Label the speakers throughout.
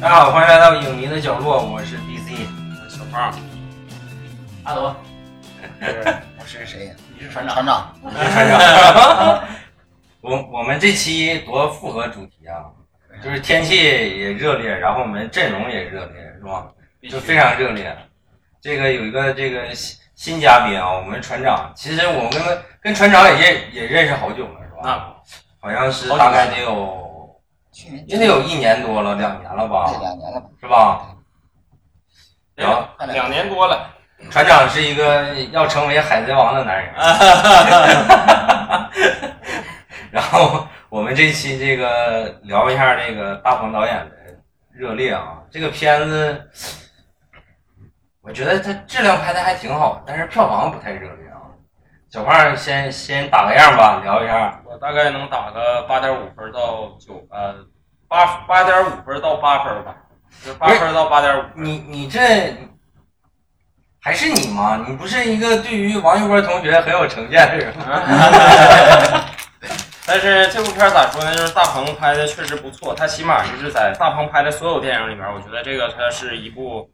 Speaker 1: 大家好，欢迎来到影迷的角落，我是 BC，
Speaker 2: 小胖，
Speaker 3: 阿罗，
Speaker 4: 我是谁呀？
Speaker 3: 你是船长。
Speaker 4: 船长。
Speaker 1: 我我们这期多符合主题啊，就是天气也热烈，然后我们阵容也热烈，是吧？就非常热烈。这个有一个这个新新嘉宾啊，我们船长，其实我跟跟船长也认也认识好久了，是吧？
Speaker 2: 那
Speaker 1: 好像是大概得有
Speaker 4: 去年
Speaker 1: 也得有一年多了，两年了
Speaker 4: 这
Speaker 1: 吧，
Speaker 4: 两年了吧？
Speaker 1: 是吧？然后
Speaker 4: 快点
Speaker 2: 两年多了，
Speaker 1: 船长是一个要成为海贼王的男人。然后我们这期这个聊一下这个大鹏导演的《热烈》啊，这个片子，我觉得它质量拍的还挺好，但是票房不太热烈啊。小胖先先打个样吧，聊一下。
Speaker 2: 我大概能打个八点五分到九呃八八点五分到八分吧，就是八分到八 点五。
Speaker 1: 你你这还是你吗？你不是一个对于王一博同学很有成见的人吗？
Speaker 2: 但是这部片儿咋说呢？就是大鹏拍的确实不错，他起码就是在大鹏拍的所有电影里面，我觉得这个它是一部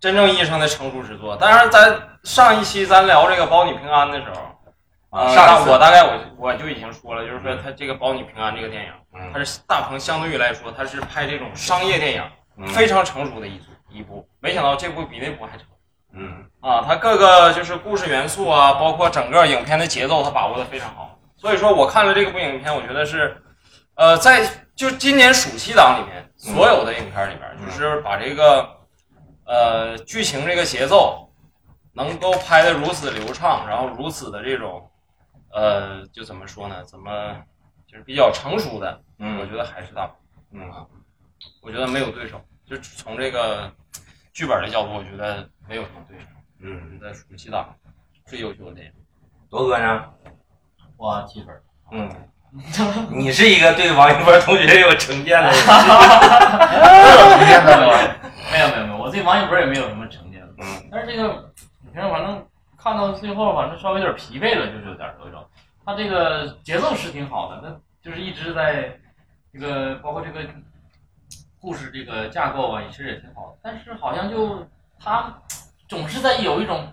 Speaker 2: 真正意义上的成熟之作。当然，咱上一期咱聊这个《保你平安》的时候，呃，
Speaker 1: 啊上一
Speaker 2: 大
Speaker 1: 次
Speaker 2: 我大概我我就已经说了，就是说他这个《保你平安》这个电影，
Speaker 1: 嗯
Speaker 2: 它是大鹏相对于来说，他是拍这种商业电影
Speaker 1: 嗯
Speaker 2: 非常成熟的一组一部，没想到这部比那部还成熟
Speaker 1: 嗯
Speaker 2: 啊！它各个就是故事元素啊，包括整个影片的节奏，它把握的非常好。所以说我看了这部影片，我觉得是，呃，在就今年暑期档里面，
Speaker 1: 嗯
Speaker 2: 所有的影片里面，
Speaker 1: 嗯
Speaker 2: 就是把这个呃剧情这个节奏能够拍的如此流畅，然后如此的这种呃，就怎么说呢？怎么就是比较成熟的，我
Speaker 1: 嗯
Speaker 2: 觉得还是大鹏。
Speaker 1: 嗯。
Speaker 2: 我觉得没有对手，就从这个剧本的角度，我觉得没有什么对手。
Speaker 1: 嗯，
Speaker 2: 在暑期档最优秀的电影。
Speaker 1: 铎哥呢？
Speaker 3: 我七分。
Speaker 1: 嗯，你是一个对王一博同学有成见的人。
Speaker 4: 见到了
Speaker 3: 没有没有没有，我对王一博也没有什么成见。
Speaker 1: 嗯
Speaker 3: 但是这个影片反正看到最后，反正稍微有点疲惫了，就是有点有一种。他这个节奏是挺好的，那就是一直在这个包括这个故事这个架构啊，也是也挺好的。但是好像就他总是在有一种，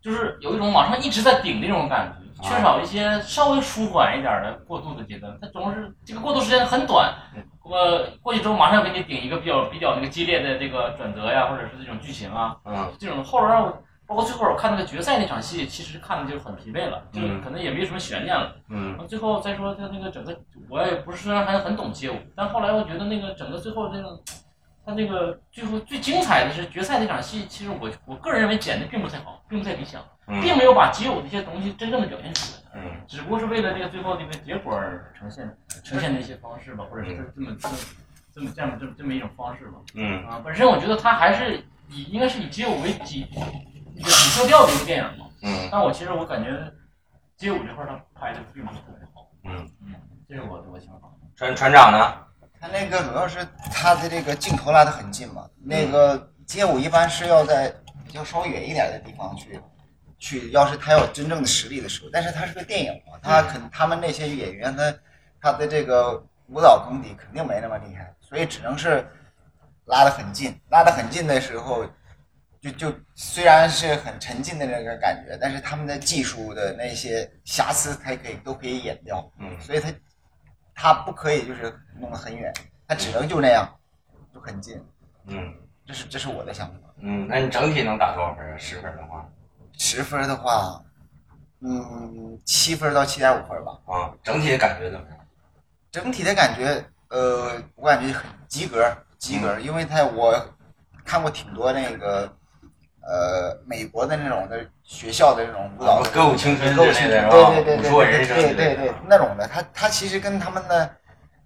Speaker 3: 就是有一种往上一直在顶的那种感觉。缺少一些稍微舒缓一点的过渡的阶段，他总是这个过渡时间很短，我过去之后马上给你顶一个比较比较那个激烈的这个转折呀，或者是这种剧情啊，
Speaker 1: 嗯
Speaker 3: 这种后边让我包括最后我看那个决赛那场戏，其实看的就很疲惫了，就
Speaker 1: 嗯
Speaker 3: 可能也没什么悬念了。然
Speaker 1: 嗯
Speaker 3: 后最后再说他那个整个，我也不是虽然还很懂街舞，但后来我觉得那个整个最后那个。他那个最后最精彩的是决赛那场戏，其实我我个人认为剪的并不太好，并不太理想，并
Speaker 1: 嗯
Speaker 3: 没有把街舞的一些东西真正的表现出来，
Speaker 1: 嗯，
Speaker 3: 只不过是为了这个最后这个结果而呈现呈现的一些方式吧，或者是这么这么这么这样这么这么一种方式吧。
Speaker 1: 嗯
Speaker 3: 啊，本身我觉得它还是以应该是以街舞为基一个主色调的一个电影嘛。
Speaker 1: 嗯
Speaker 3: 但我其实我感觉街舞这块儿它拍的并不是特别好。
Speaker 1: 嗯
Speaker 3: 这是我的我想法。
Speaker 1: 船船长呢？
Speaker 4: 他那个主要是他的这个镜头拉得很近嘛。那个街舞一般是要在比较稍微远一点的地方去，去。要是他有真正的实力的时候，但是他是个电影嘛，他肯他们那些演员，他他的这个舞蹈功底肯定没那么厉害，所以只能是拉得很近，拉得很近的时候。就就虽然是很沉浸的那个感觉，但是他们的技术的那些瑕疵，他可以都可以掩掉。
Speaker 1: 嗯
Speaker 4: 所以他他不可以就是弄得很远，他只能就那样，就很近。
Speaker 1: 嗯
Speaker 4: 这是这是我的想法。
Speaker 1: 嗯，那你整体能打多少分啊？十分的话
Speaker 4: 十分的话，嗯，七分到七点五分吧。
Speaker 1: 啊，整体的感觉怎么样？
Speaker 4: 整体的感觉，呃，我感觉很及格，及格，因为他我看过挺多那个。呃，美国的那种的学校的那种舞蹈的
Speaker 1: 歌舞青春之
Speaker 4: 对
Speaker 1: 类的是吧？
Speaker 4: 对对对
Speaker 1: 武
Speaker 4: 对
Speaker 1: 术人生之
Speaker 4: 对
Speaker 1: 类
Speaker 4: 对
Speaker 1: 的
Speaker 4: 对，那种的，他他其实跟他们的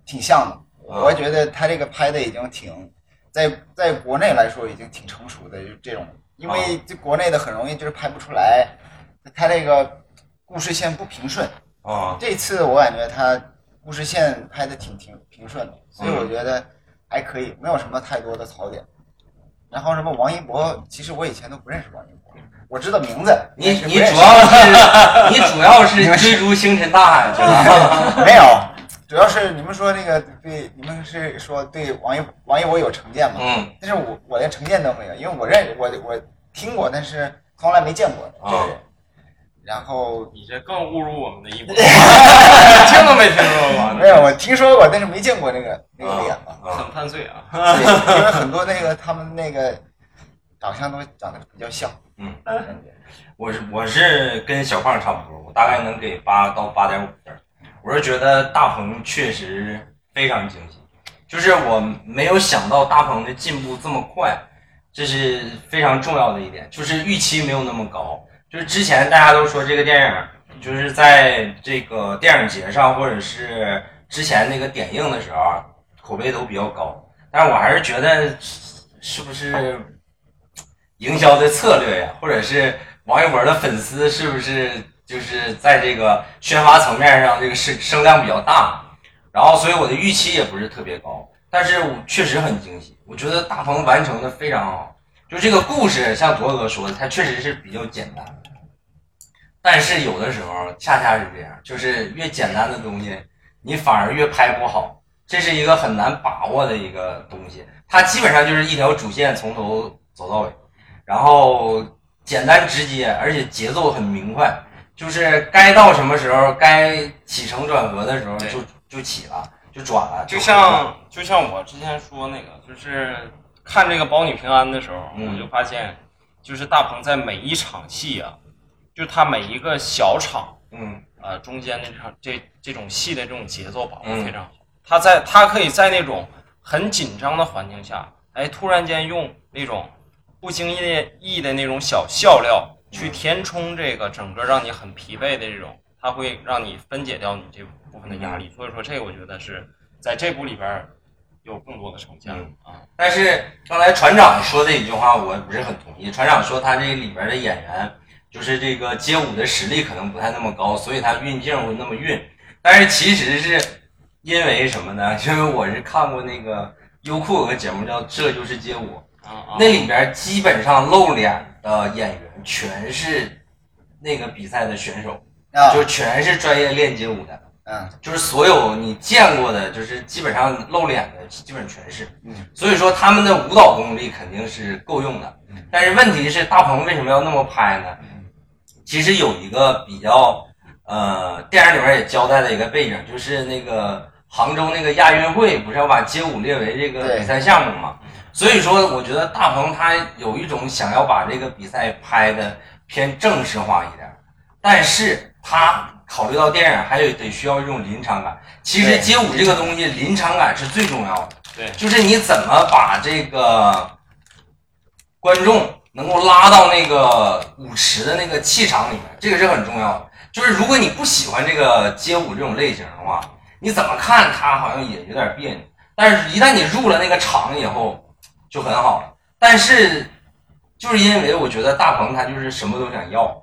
Speaker 4: 挺像的。
Speaker 1: 嗯
Speaker 4: 我觉得他这个拍的已经挺，在在国内来说已经挺成熟的，就这种，因
Speaker 1: 嗯
Speaker 4: 为这国内的很容易就是拍不出来，他这个故事线不平顺。
Speaker 1: 啊，
Speaker 4: 这次我感觉他故事线拍的挺挺平顺的，所以
Speaker 1: 嗯
Speaker 4: 我觉得还可以，没有什么太多的槽点。然后什么王一博，其实我以前都不认识王一博，我知道名字，
Speaker 1: 你
Speaker 4: 但是不
Speaker 1: 你
Speaker 4: 认识
Speaker 1: 主要是你主要是追逐星辰大海去了。
Speaker 4: 没有，主要是你们说那个对，你们是说对王一王一博有成见吗？
Speaker 1: 嗯，
Speaker 4: 但是我我连成见都没有，因为我认我我听过，但是从来没见过
Speaker 1: 啊
Speaker 4: 这个人。然后
Speaker 2: 你这更侮辱我们的一博，听都没听说过，
Speaker 4: 没有，我听说过，但是没见过那个那个脸嘛。
Speaker 1: 啊
Speaker 2: 很犯罪啊。
Speaker 4: 对，因为很多那个他们那个长相都长得比较像。
Speaker 1: 我是我是跟小胖差不多，我大概能给八到八点五分。我是觉得大鹏确实非常惊喜，就是我没有想到大鹏的进步这么快，这是非常重要的一点，就是预期没有那么高。就是之前大家都说这个电影，就是在这个电影节上或者是之前那个点映的时候啊，口碑都比较高，但是我还是觉得是是不是营销的策略呀，或者是王一博的粉丝是不是就是在这个宣发层面上这个声声量比较大，然后所以我的预期也不是特别高，但是我确实很惊喜，我觉得大鹏完成的非常好，就这个故事像铎哥说的，它确实是比较简单，但是有的时候恰恰是这样，就是越简单的东西你反而越拍不好，这是一个很难把握的一个东西，它基本上就是一条主线从头走到尾，然后简单直接，而且节奏很明快，就是该到什么时候，该起承转合的时候
Speaker 2: 对
Speaker 1: 就就起了，就转了，
Speaker 2: 就
Speaker 1: 回了
Speaker 2: 像就像我之前说那个，就是看这个《保你平安》的时候，
Speaker 1: 嗯
Speaker 2: 我就发现，就是大鹏在每一场戏啊，就他每一个小场
Speaker 1: 嗯
Speaker 2: 啊、呃中间那场这这种戏的这种节奏把握
Speaker 1: 嗯
Speaker 2: 非常好。他在他可以在那种很紧张的环境下，哎，突然间用那种不经意的意的那种小笑料去
Speaker 1: 嗯
Speaker 2: 填充这个整个让你很疲惫的这种，它会让你分解掉你这部分的压
Speaker 1: 嗯
Speaker 2: 力。所以说，这个我觉得是在这部里边儿有更多的呈现
Speaker 1: 嗯
Speaker 2: 啊。
Speaker 1: 但是刚才船长说这一句话，我不是很同意。船长说他这里边的演员，就是这个街舞的实力可能不太那么高，所以他运镜会那么运。但是其实是因为什么呢？ 因为我是看过那个优酷有个节目叫《这就是街舞》，
Speaker 2: 啊啊！
Speaker 1: 那里边基本上露脸的演员全是那个比赛的选手，
Speaker 4: 啊，
Speaker 1: 就全是专业练街舞的。
Speaker 4: 嗯，
Speaker 1: 就是所有你见过的，就是基本上露脸的，基本全是。
Speaker 4: 嗯，
Speaker 1: 所以说他们的舞蹈功力肯定是够用的。但是问题是，大鹏为什么要那么拍呢？嗯其实有一个比较，呃，电影里面也交代了一个背景，就是那个杭州那个亚运会不是要把街舞列为这个
Speaker 4: 对
Speaker 1: 比赛项目嘛？所以说，我觉得大鹏他有一种想要把这个比赛拍的偏正式化一点，但是他考虑到电影还有得需要一种临场感。其实
Speaker 4: 对
Speaker 1: 街舞这个东西，临场感是最重要的。
Speaker 2: 对
Speaker 1: 就是你怎么把这个观众能够拉到那个舞池的那个气场里面，这个是很重要的。就是如果你不喜欢这个街舞这种类型的话，你怎么看它好像也有点别扭。但是，一旦你入了那个场以后，就很好了。但是，就是因为我觉得大鹏他就是什么都想要，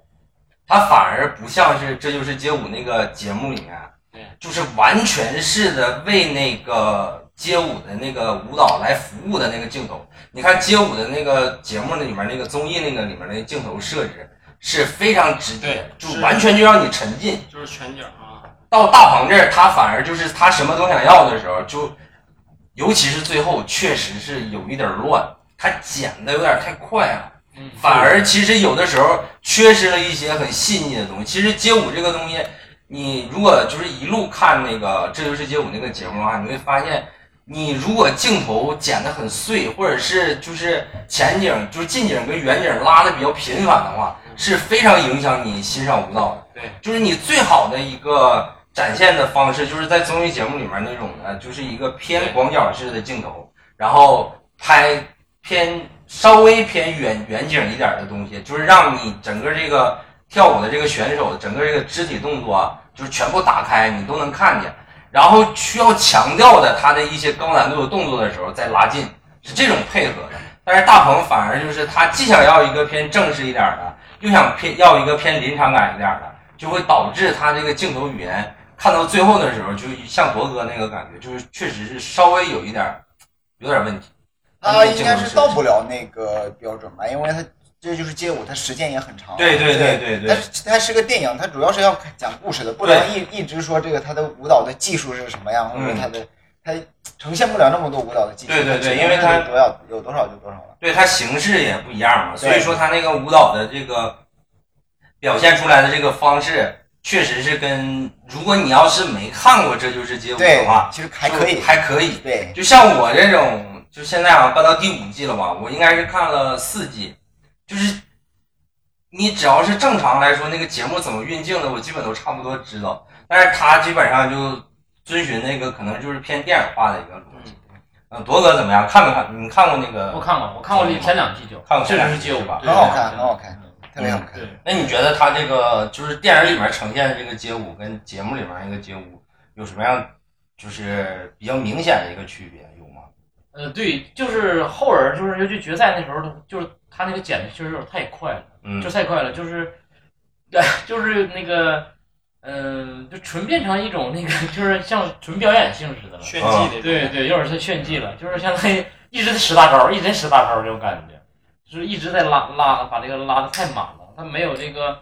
Speaker 1: 他反而不像是《这就是街舞》那个节目里面
Speaker 2: 对，
Speaker 1: 就是完全是的为那个街舞的那个舞蹈来服务的那个镜头。你看街舞的那个节目里面那个综艺那个里面的镜头设置是非常直接，
Speaker 2: 对
Speaker 1: 就是完全就让你沉浸。
Speaker 2: 就是全景啊，
Speaker 1: 到大鹏这儿，他反而就是他什么都想要的时候，就尤其是最后，确实是有一点乱，他剪的有点太快了，
Speaker 3: 嗯
Speaker 1: 反而其实有的时候缺失了一些很细腻的东西。其实街舞这个东西，你如果就是一路看那个《这就是街舞》那个节目的话，你会发现。你如果镜头剪得很碎，或者是就是前景就是近景跟远景拉的比较频繁的话，是非常影响你欣赏舞蹈的。
Speaker 2: 对，
Speaker 1: 就是你最好的一个展现的方式，就是在综艺节目里面那种的，就是一个偏广角式的镜头，然后拍偏稍微偏远远景一点的东西，就是让你整个这个跳舞的这个选手，整个这个肢体动作啊，就是全部打开，你都能看见。然后需要强调的他的一些高难度的动作的时候再拉近，是这种配合的。但是大鹏反而就是他既想要一个偏正式一点的，又想偏要一个偏临场感一点的，就会导致他这个镜头语言看到最后的时候，就像铎哥那个感觉，就是确实是稍微有一点儿有点儿问题。
Speaker 4: 呃他应该是到不了那个标准吧，因为他这就是街舞，它时间也很长。
Speaker 1: 对对对对对
Speaker 4: 但是它是个电影，它主要是要讲故事的，不能一一直说这个它的舞蹈的技术是什么样，或者
Speaker 1: 嗯
Speaker 4: 它的它呈现不了那么多舞蹈的技术。
Speaker 1: 对对对
Speaker 4: 只能
Speaker 1: 因为
Speaker 4: 是
Speaker 1: 它
Speaker 4: 多少有多少就多少了。
Speaker 1: 对它形式也不一样嘛，所以
Speaker 4: 对
Speaker 1: 说它那个舞蹈的这个表现出来的这个方式，确实是跟如果你要是没看过《这就是街舞》的
Speaker 4: 对
Speaker 1: 话，，
Speaker 4: 其实还可以
Speaker 1: 就。还可以。
Speaker 4: 对，
Speaker 1: 就像我这种，就现在好啊像搬到第五季了吧，我应该是看了四季，就是你只要是正常来说，那个节目怎么运镜的，我基本都差不多知道，但是他基本上就遵循那个可能就是偏电影化的一个逻辑。嗯，铎哥怎么样？看没看？你看过那个
Speaker 3: 我？看过，我看过前两季就
Speaker 1: 看过前
Speaker 3: 确
Speaker 1: 两
Speaker 3: 实
Speaker 1: 季
Speaker 3: 是街舞
Speaker 1: 是吧
Speaker 3: 对
Speaker 4: 很好看
Speaker 3: 对
Speaker 4: 很好看特别好看。
Speaker 3: 对，
Speaker 1: 那你觉得他这个就是电影里面呈现的这个街舞跟节目里面那个街舞有什么样就是比较明显的一个区别有吗？
Speaker 3: 呃，对，就是后人就是尤其决赛那时候，就是他那个剪的确实有点太快了，
Speaker 1: 嗯
Speaker 3: 就，太快了，就是， 就是那个，呃，就纯变成一种那个，就是像纯表演性质的了。
Speaker 2: 炫
Speaker 1: 啊
Speaker 2: 技的，
Speaker 3: 对，对，有点像炫技了，就是相当于一直在使大招，一直在使大招这种感觉，就是一直在拉拉，把这个拉的太满了，他没有这个，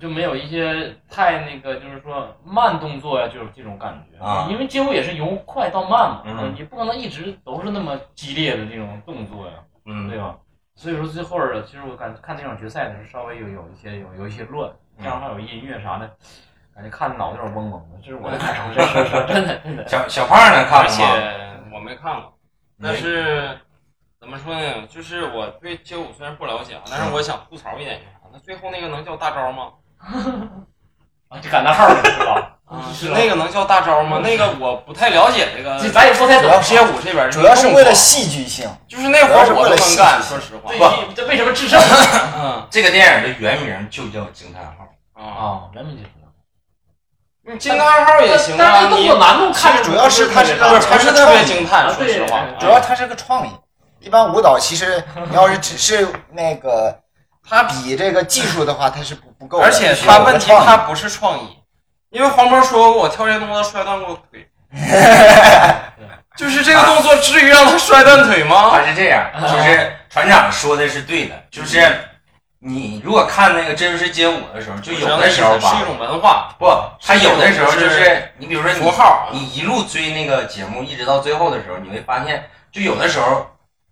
Speaker 3: 就没有一些太那个，就是说慢动作呀、就是这种感觉
Speaker 1: 啊
Speaker 3: 因为街舞也是由快到慢嘛，
Speaker 1: 嗯
Speaker 3: 你不可能一直都是那么激烈的这种动作呀、
Speaker 1: 嗯，
Speaker 3: 对吧？所以说最后儿，其实我感看那场决赛的时候，稍微有有一些有有一些乱，
Speaker 1: 嗯
Speaker 3: 加上还有音乐啥的，感觉看着脑子有点嗡嗡的，这是 我的感受，这是是真的真的。
Speaker 1: 小小胖呢看
Speaker 2: 而
Speaker 1: 了
Speaker 2: 且
Speaker 1: 吗？
Speaker 2: 我没看过，但是怎么说呢？就是我对街舞虽然不了解啊，但是我想吐槽一点就是啥？啊那最后那个能叫大招吗？
Speaker 3: 啊，就赶大号了是吧？是
Speaker 2: 啊嗯
Speaker 3: 啊
Speaker 2: 那个能叫大招吗？那个我不太了解这个
Speaker 3: 这呃咱也啊不太
Speaker 2: 主
Speaker 3: 懂
Speaker 2: 要。街舞这边儿
Speaker 4: 主要是为
Speaker 2: 动
Speaker 4: 了
Speaker 2: 作
Speaker 4: 戏剧性。
Speaker 2: 就是那活儿我都能干，说实话。
Speaker 3: 对，这为什么智胜？
Speaker 2: 嗯
Speaker 1: 这个电影的原名就叫惊叹号，
Speaker 2: 啊，
Speaker 3: 啊，人民就知道。
Speaker 2: 你金刚号
Speaker 3: 呃
Speaker 2: 也行
Speaker 3: 但是
Speaker 2: 啊，
Speaker 3: 动
Speaker 2: 你
Speaker 3: 作难度看着
Speaker 4: 主要是它是
Speaker 2: 不
Speaker 4: 让
Speaker 2: 是不是特别惊叹，
Speaker 3: 啊
Speaker 2: 说实话
Speaker 3: 对，
Speaker 1: 嗯
Speaker 2: 啊
Speaker 4: 主要它是个创意。一般舞蹈其实你要是只是那个，它比这个技术的话，它是不不够的。
Speaker 2: 而且
Speaker 4: 需要有
Speaker 2: 他
Speaker 4: 个
Speaker 2: 问题
Speaker 4: 创意
Speaker 2: 他不是创意，因为黄渤说过我跳这个动作摔断过腿，就是这个动作至于让他摔断腿
Speaker 3: 哦
Speaker 2: 吗？
Speaker 1: 它是这样，
Speaker 3: 啊
Speaker 1: 就是船长说的是对的，就是
Speaker 3: 嗯
Speaker 1: 你如果看那个《真实街舞》的时候，就有的时候
Speaker 2: 是一
Speaker 1: 吧，
Speaker 2: 种文化
Speaker 1: 不，他有的时候就是你比如说
Speaker 2: 符
Speaker 1: 你
Speaker 2: 号，
Speaker 1: 你一路追那个节目一直到最后的时候，你会发现，就有的时候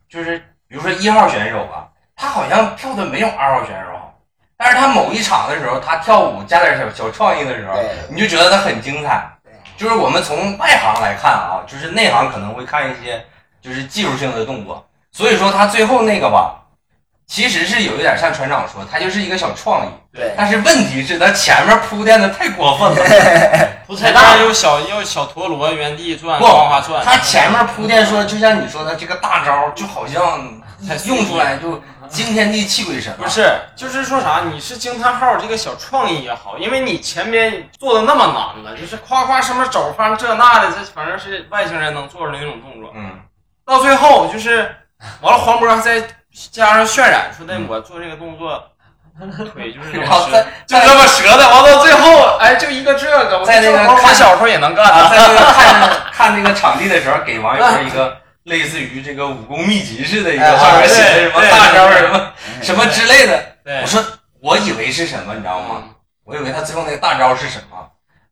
Speaker 1: 就是比如说一号选手吧，他好像跳的没有二号选手好，但是他某一场的时候，他跳舞加点小小创意的时候，
Speaker 4: 对
Speaker 1: 你就觉得它很精彩
Speaker 4: 对。
Speaker 1: 就是我们从外行来看啊，就是内行可能会看一些就是技术性的动作，所以说他最后那个吧，其实是有一点像船长说，他就是一个小创意，
Speaker 4: 对
Speaker 1: 但是问题是他前面铺垫的太过分了，
Speaker 3: 不
Speaker 2: 彩
Speaker 3: 太大
Speaker 2: 蛋，又小又小陀螺原地转，
Speaker 1: 不
Speaker 2: 哗哗转，
Speaker 1: 他前面铺垫说，就像你说的这个大招，就好像用出来就惊天地泣鬼神了，
Speaker 2: 不是，就是说啥，你是惊叹号这个小创意也好，因为你前边做的那么难了，就是夸夸什么肘翻这那的，这反正是外星人能做出来那种动作。
Speaker 1: 嗯，
Speaker 2: 到最后就是完了，黄渤还再加上渲染，说那我做这个动作，腿就是这
Speaker 1: 嗯然
Speaker 2: 么
Speaker 1: 后
Speaker 2: 折
Speaker 1: 在，
Speaker 2: 就这么折的。完到最后，哎，就一个这个，我
Speaker 1: 在那个
Speaker 2: 说黄渤
Speaker 1: 看
Speaker 2: 小时候也能干
Speaker 1: 啊，
Speaker 2: 的。
Speaker 1: 在那个看看那个场地的时候，给网友一个类似于这个武功秘籍似的一个，
Speaker 4: 哎
Speaker 1: 上面写的什么
Speaker 2: 对
Speaker 1: 大招什么什么之类的。
Speaker 2: 对嗯
Speaker 1: 我，说我以为是什么，你知道吗？我以为他最后那个大招是什么。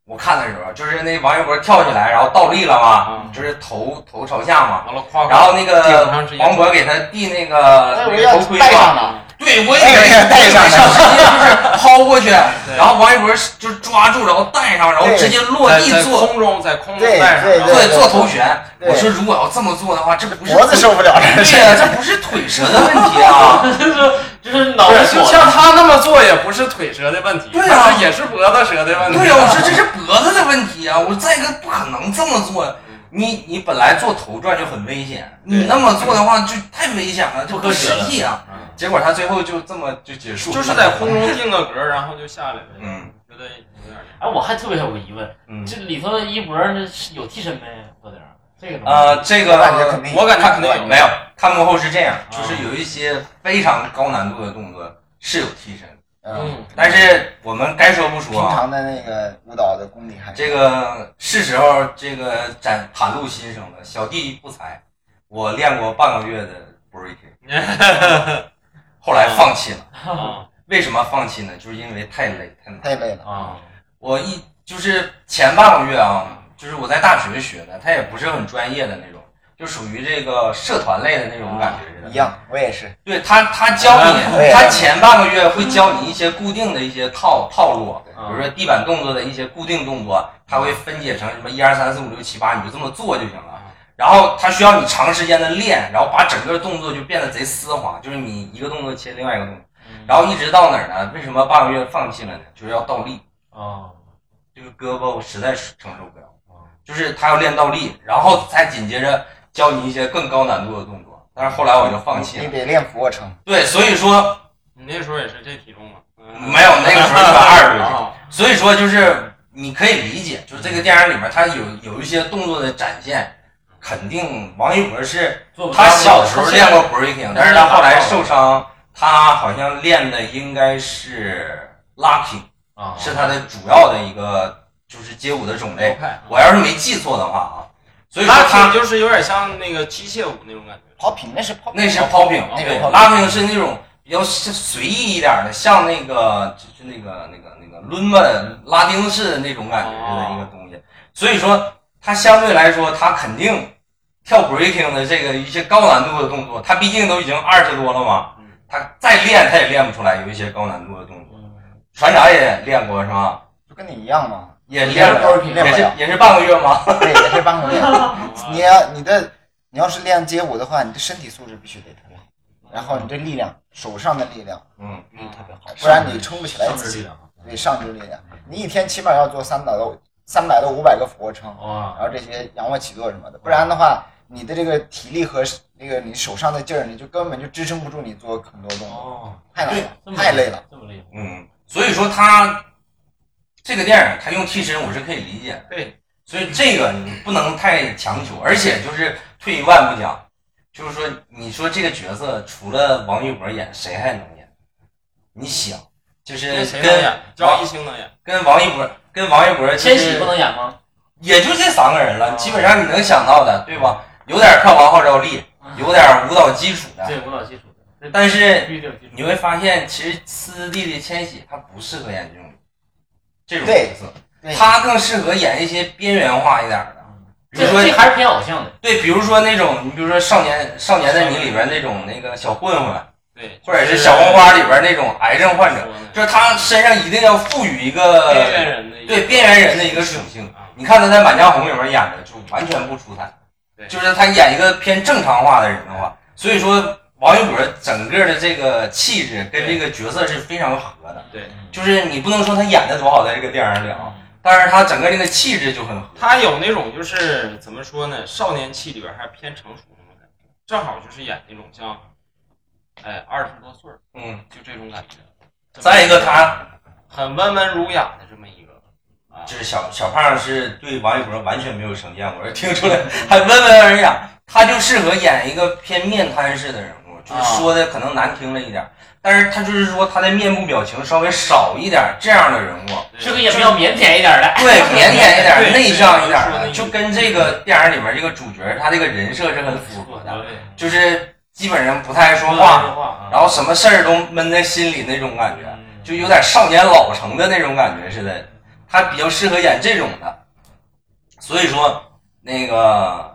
Speaker 1: 我看的时候，就是那王一博跳起来，然后倒立了嘛，
Speaker 2: 嗯
Speaker 1: 就是头头朝下嘛，
Speaker 2: 完了夸夸，
Speaker 1: 然后那个
Speaker 2: 顶上直接
Speaker 1: 黄渤给他递那个
Speaker 4: 哎
Speaker 1: 那
Speaker 4: 我
Speaker 1: 个
Speaker 4: 要
Speaker 1: 头盔
Speaker 4: 戴
Speaker 1: 嘛
Speaker 4: 上，了，
Speaker 1: 对，我也
Speaker 4: 哎呀戴上了
Speaker 1: 直接就是抛过去，
Speaker 2: 对
Speaker 1: 然后王一博就是抓住，然后带上，然后
Speaker 4: 对
Speaker 1: 直接落
Speaker 2: 在
Speaker 1: 地
Speaker 2: 在
Speaker 1: 做
Speaker 2: 空中，在空中
Speaker 4: 对
Speaker 2: 带上，
Speaker 4: 对
Speaker 2: 然后
Speaker 1: 对
Speaker 4: 对
Speaker 1: 做头旋。
Speaker 4: 对
Speaker 1: 我说如果要这么做的话，这不是
Speaker 4: 脖子
Speaker 1: 腿
Speaker 4: 受不了了。
Speaker 1: 对 呀，这不是腿折的问题 啊。
Speaker 3: 就是就是脑
Speaker 2: 不
Speaker 3: 子
Speaker 2: 是，就
Speaker 3: 火
Speaker 2: 像他那么做也不是腿折的问题，
Speaker 1: 对啊
Speaker 2: 他是也是脖子折的问题。
Speaker 1: 对呀，我说这是脖子的问题啊。我说再一个不可能这么做。你你本来做头转就很危险，你那么做的话就太危险了，这
Speaker 3: 不科学
Speaker 1: 实
Speaker 3: 了
Speaker 1: 际啊。结果他最后就这么就结束了，
Speaker 2: 就是在空中定个格，然后就下来了。
Speaker 1: 嗯，
Speaker 2: 觉得有点儿。
Speaker 3: 哎，我还特别有个疑问，
Speaker 1: 嗯
Speaker 3: 这里头一博那是有替身没？有点儿这个东西
Speaker 1: 呃，这个
Speaker 4: 我感觉肯定
Speaker 2: 我感觉
Speaker 1: 看
Speaker 2: 肯定有，
Speaker 1: 没有，他幕后是这样，就
Speaker 2: 啊
Speaker 1: 是有一些非常高难度的动作是有替身，
Speaker 3: 啊
Speaker 4: 嗯，
Speaker 2: 嗯，
Speaker 1: 但是我们该说不
Speaker 4: 平
Speaker 1: 说啊，
Speaker 4: 常的那个舞蹈的功底还是
Speaker 1: 这个是时候这个展袒露心声了。小弟不才，我练过半个月的 breaking，后来放弃了。
Speaker 2: 啊
Speaker 1: 为什么放弃呢？就是因为太累太难。
Speaker 4: 太累了。
Speaker 2: 啊
Speaker 1: 我一就是前半个月啊，就是我在大学学的，它也不是很专业的那种，就属于这个社团类的那种感觉似的。
Speaker 4: 啊一样，我也是。
Speaker 1: 对他，他教你
Speaker 4: 对，
Speaker 1: 他前半个月会教你一些固定的一些套套路，啊比如说地板动作的一些固定动作，啊他会分解成什么一二三四五六七八，你就这么做就行了。然后他需要你长时间的练，然后把整个动作就变得贼丝滑，就是你一个动作切另外一个动作，然后一直到哪儿呢？为什么半个月放弃了呢？就是要倒立，
Speaker 2: 啊
Speaker 1: 这个胳膊我实在是承受不了
Speaker 2: 哦，
Speaker 1: 就是他要练倒立，然后再紧接着教你一些更高难度的动作，但是后来我就放弃
Speaker 4: 你
Speaker 1: 了。
Speaker 4: 得练俯卧撑，
Speaker 1: 对，所以说
Speaker 2: 你那时候也是这体重吗？嗯
Speaker 1: 没有，那个时候是二十多岁，
Speaker 2: 啊
Speaker 1: 所以说就是你可以理解，就是这个电影里面他有有一些动作的展现，肯定王一博是
Speaker 3: 做不到
Speaker 1: 他小时候练过 breaking，但是他后来受伤，他好像练的应该是 locking，
Speaker 2: 啊
Speaker 1: 是他的主要的一个就是街舞的种类，
Speaker 2: 派
Speaker 1: 我要是没记错的话啊，所以说
Speaker 2: 拉
Speaker 1: 哎他
Speaker 2: 提就是有点像那个机械舞那种感觉。
Speaker 4: 跑平那是跑，
Speaker 1: 那是 popping，
Speaker 4: 那
Speaker 1: 对
Speaker 4: 个 popping
Speaker 1: ，locking 是那种。比较随意一点的，像那个就是那个那个那个伦巴拉丁式的那种感觉的
Speaker 4: 哦
Speaker 1: 一个东西。所以说，它相对来说，它肯定跳 breaking 的这个一些高难度的动作，它毕竟都已经二十多了嘛
Speaker 2: 嗯，
Speaker 1: 它再练它也练不出来有一些高难度的动
Speaker 4: 嗯
Speaker 1: 作。船长也练过是吧？
Speaker 4: 就跟你一样嘛，
Speaker 1: 也练
Speaker 4: 不
Speaker 1: 了，
Speaker 4: 了，
Speaker 1: 也
Speaker 4: 练不
Speaker 1: 是
Speaker 4: 了，
Speaker 1: 也是半个月吗？
Speaker 4: 对，也是半 个月。你
Speaker 2: 啊
Speaker 4: 要你的，你要是练街舞的话，你的身体素质必须得特别好，然后你这力量，手上的力量，
Speaker 1: 嗯，
Speaker 4: 不然你撑不起来
Speaker 2: 上
Speaker 4: 自
Speaker 2: 肢力
Speaker 4: 己。
Speaker 2: 量
Speaker 4: 对，上肢力量，你一天起码要做三百到三百到五百个俯卧撑，
Speaker 2: 哇
Speaker 4: 然后这些仰卧起坐什么的，不然的话，你的这个体力和那个你手上的劲儿，你就根本就支撑不住你做很多动作，
Speaker 2: 哦
Speaker 4: 嗯太难
Speaker 3: 这
Speaker 4: 了，
Speaker 3: 么
Speaker 4: 太累了。，
Speaker 3: 这么厉害。
Speaker 1: 嗯，所以说他这个电影他用替身我是可以理解的，
Speaker 2: 对，
Speaker 1: 所以这个你不能太强求，而且就是退一万步讲，就是说你说这个角色除了王一博演，谁还能演？你想，就是
Speaker 2: 那谁能
Speaker 1: 跟哦
Speaker 2: 演？张艺兴能演。
Speaker 1: 跟王一博跟王一博、就是，
Speaker 3: 千玺不能演哦吗？
Speaker 1: 也就这三个人了，
Speaker 2: 啊
Speaker 1: 基本上你能想到的，对吧？有点票房号召力，有点舞蹈基础的，
Speaker 3: 嗯对舞蹈基础的，
Speaker 1: 但是
Speaker 3: 必须得有基础。
Speaker 1: 你会发现，其实四弟弟千玺他不适合演这种这种
Speaker 4: 对
Speaker 1: 角色，
Speaker 4: 对，
Speaker 1: 他更适合演一些边缘化一点的，
Speaker 2: 嗯
Speaker 1: 比
Speaker 3: 这
Speaker 1: 如
Speaker 3: 这
Speaker 1: 说
Speaker 3: 还是偏偶像的，
Speaker 1: 对，比如说那种你比如说少年少年的你里边那种那个小混混，
Speaker 2: 对，
Speaker 1: 或者是小黄花里边那种癌症患者，就是他身上一定要赋予一
Speaker 2: 边缘
Speaker 1: 个
Speaker 2: 人的一个
Speaker 1: 对边缘人的一个属性。
Speaker 2: 啊，
Speaker 1: 你看他在《满江红》里面演的就完全不出彩
Speaker 2: 对，
Speaker 1: 就是他演一个偏正常化的人的话，所以说王一博整个的这个气质跟这个角色是非常合的。
Speaker 2: 对，
Speaker 1: 就是你不能说他演的多好，在这个电影里啊，但是他整个这个气质就很合。
Speaker 2: 他有那种就是怎么说呢，少年气里边还偏成熟那种感觉，正好就是演那种像，哎，二十多岁儿
Speaker 1: 嗯，
Speaker 2: 就这种感觉。
Speaker 1: 再一个他
Speaker 2: 很温文儒雅的这么一个，啊，
Speaker 1: 就是小小胖是对王一博完全没有成见，我是听出来，还温文尔雅，他就适合演一个偏面瘫式的人物，就是说的可能难听了一点儿，但是他就是说他的面部表情稍微少一点儿这样的人物。
Speaker 3: 是个也比较腼腆一点的。
Speaker 1: 对，腼腆一点儿，
Speaker 2: 对
Speaker 1: 内向一点儿
Speaker 2: 说的
Speaker 1: 的，
Speaker 2: 意思
Speaker 1: 就跟这个电影里面这个主角儿他这个人设是很符合的，就是基本上不太爱说话，
Speaker 3: 话啊
Speaker 1: 然后什么事儿都闷在心里那种感觉，就有点少年老成的那种感觉似的。他比较适合演这种的，所以说那个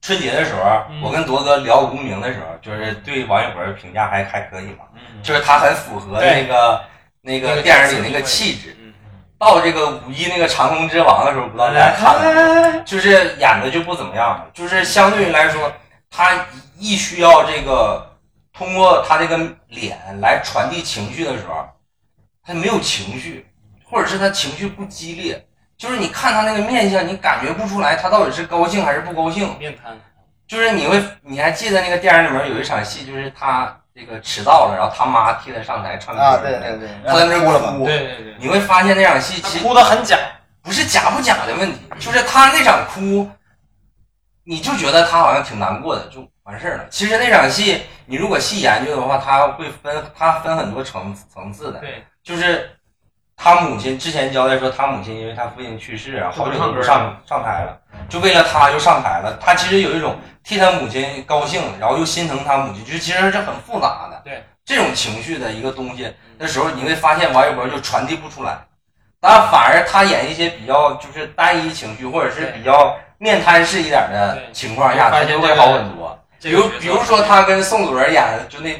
Speaker 1: 春节的时候，
Speaker 3: 嗯
Speaker 1: 我跟铎哥聊无名的时候，就是对王一博的评价还还可以吧，
Speaker 3: 嗯
Speaker 1: 就是他很符合那个那
Speaker 2: 那
Speaker 1: 个
Speaker 2: 个
Speaker 1: 电影里那个
Speaker 2: 气质
Speaker 1: 气质。
Speaker 2: 嗯，
Speaker 1: 到这个五一那个《长空之王》的时候，不知道大家看了没有，就是演的就不怎么样了，就是相对于来说，他一需要这个通过他这个脸来传递情绪的时候，他没有情绪，或者是他情绪不激烈，就是你看他那个面相，你感觉不出来他到底是高兴还是不高兴。
Speaker 2: 面瘫，
Speaker 1: 就是你会，你还记得那个电影里面有一场戏，就是他这个迟到了，然后他妈替他上台唱歌
Speaker 4: 啊，对对对，
Speaker 1: 他在那
Speaker 4: 哭
Speaker 1: 儿
Speaker 4: 了吧？
Speaker 1: 哭，
Speaker 2: 对对对，
Speaker 1: 你会发现那场戏其
Speaker 2: 他
Speaker 1: 实
Speaker 2: 哭的很假，
Speaker 1: 不是假不假的问题，就是他那场哭，你就觉得他好像挺难过的，就完事儿了。其实那场戏，你如果细研究的话，他会分，他分很多层层次的，
Speaker 2: 对，
Speaker 1: 就是他母亲之前交代说，他母亲因为他父亲去世啊，
Speaker 3: 就
Speaker 1: 好
Speaker 3: 不
Speaker 1: 久
Speaker 3: 唱
Speaker 1: 都
Speaker 3: 歌
Speaker 1: 不
Speaker 3: 了
Speaker 1: 上上台了，就为了他就上台了。他其实有一种替他母亲高兴，然后又心疼他母亲，就是其实是很复杂的。
Speaker 2: 对
Speaker 1: 这种情绪的一个东西，那时候你会发现王一博就传递不出来，但反而他演一些比较就是单一情绪，或者是比较面摊式一点的
Speaker 2: 对
Speaker 1: 情况下，他
Speaker 2: 你会发现
Speaker 1: 就
Speaker 2: 这
Speaker 1: 会
Speaker 2: 个
Speaker 1: 好很多。
Speaker 2: 这
Speaker 1: 比
Speaker 2: 个
Speaker 1: 如
Speaker 2: 角色
Speaker 1: 比如说他跟宋祖儿演的就那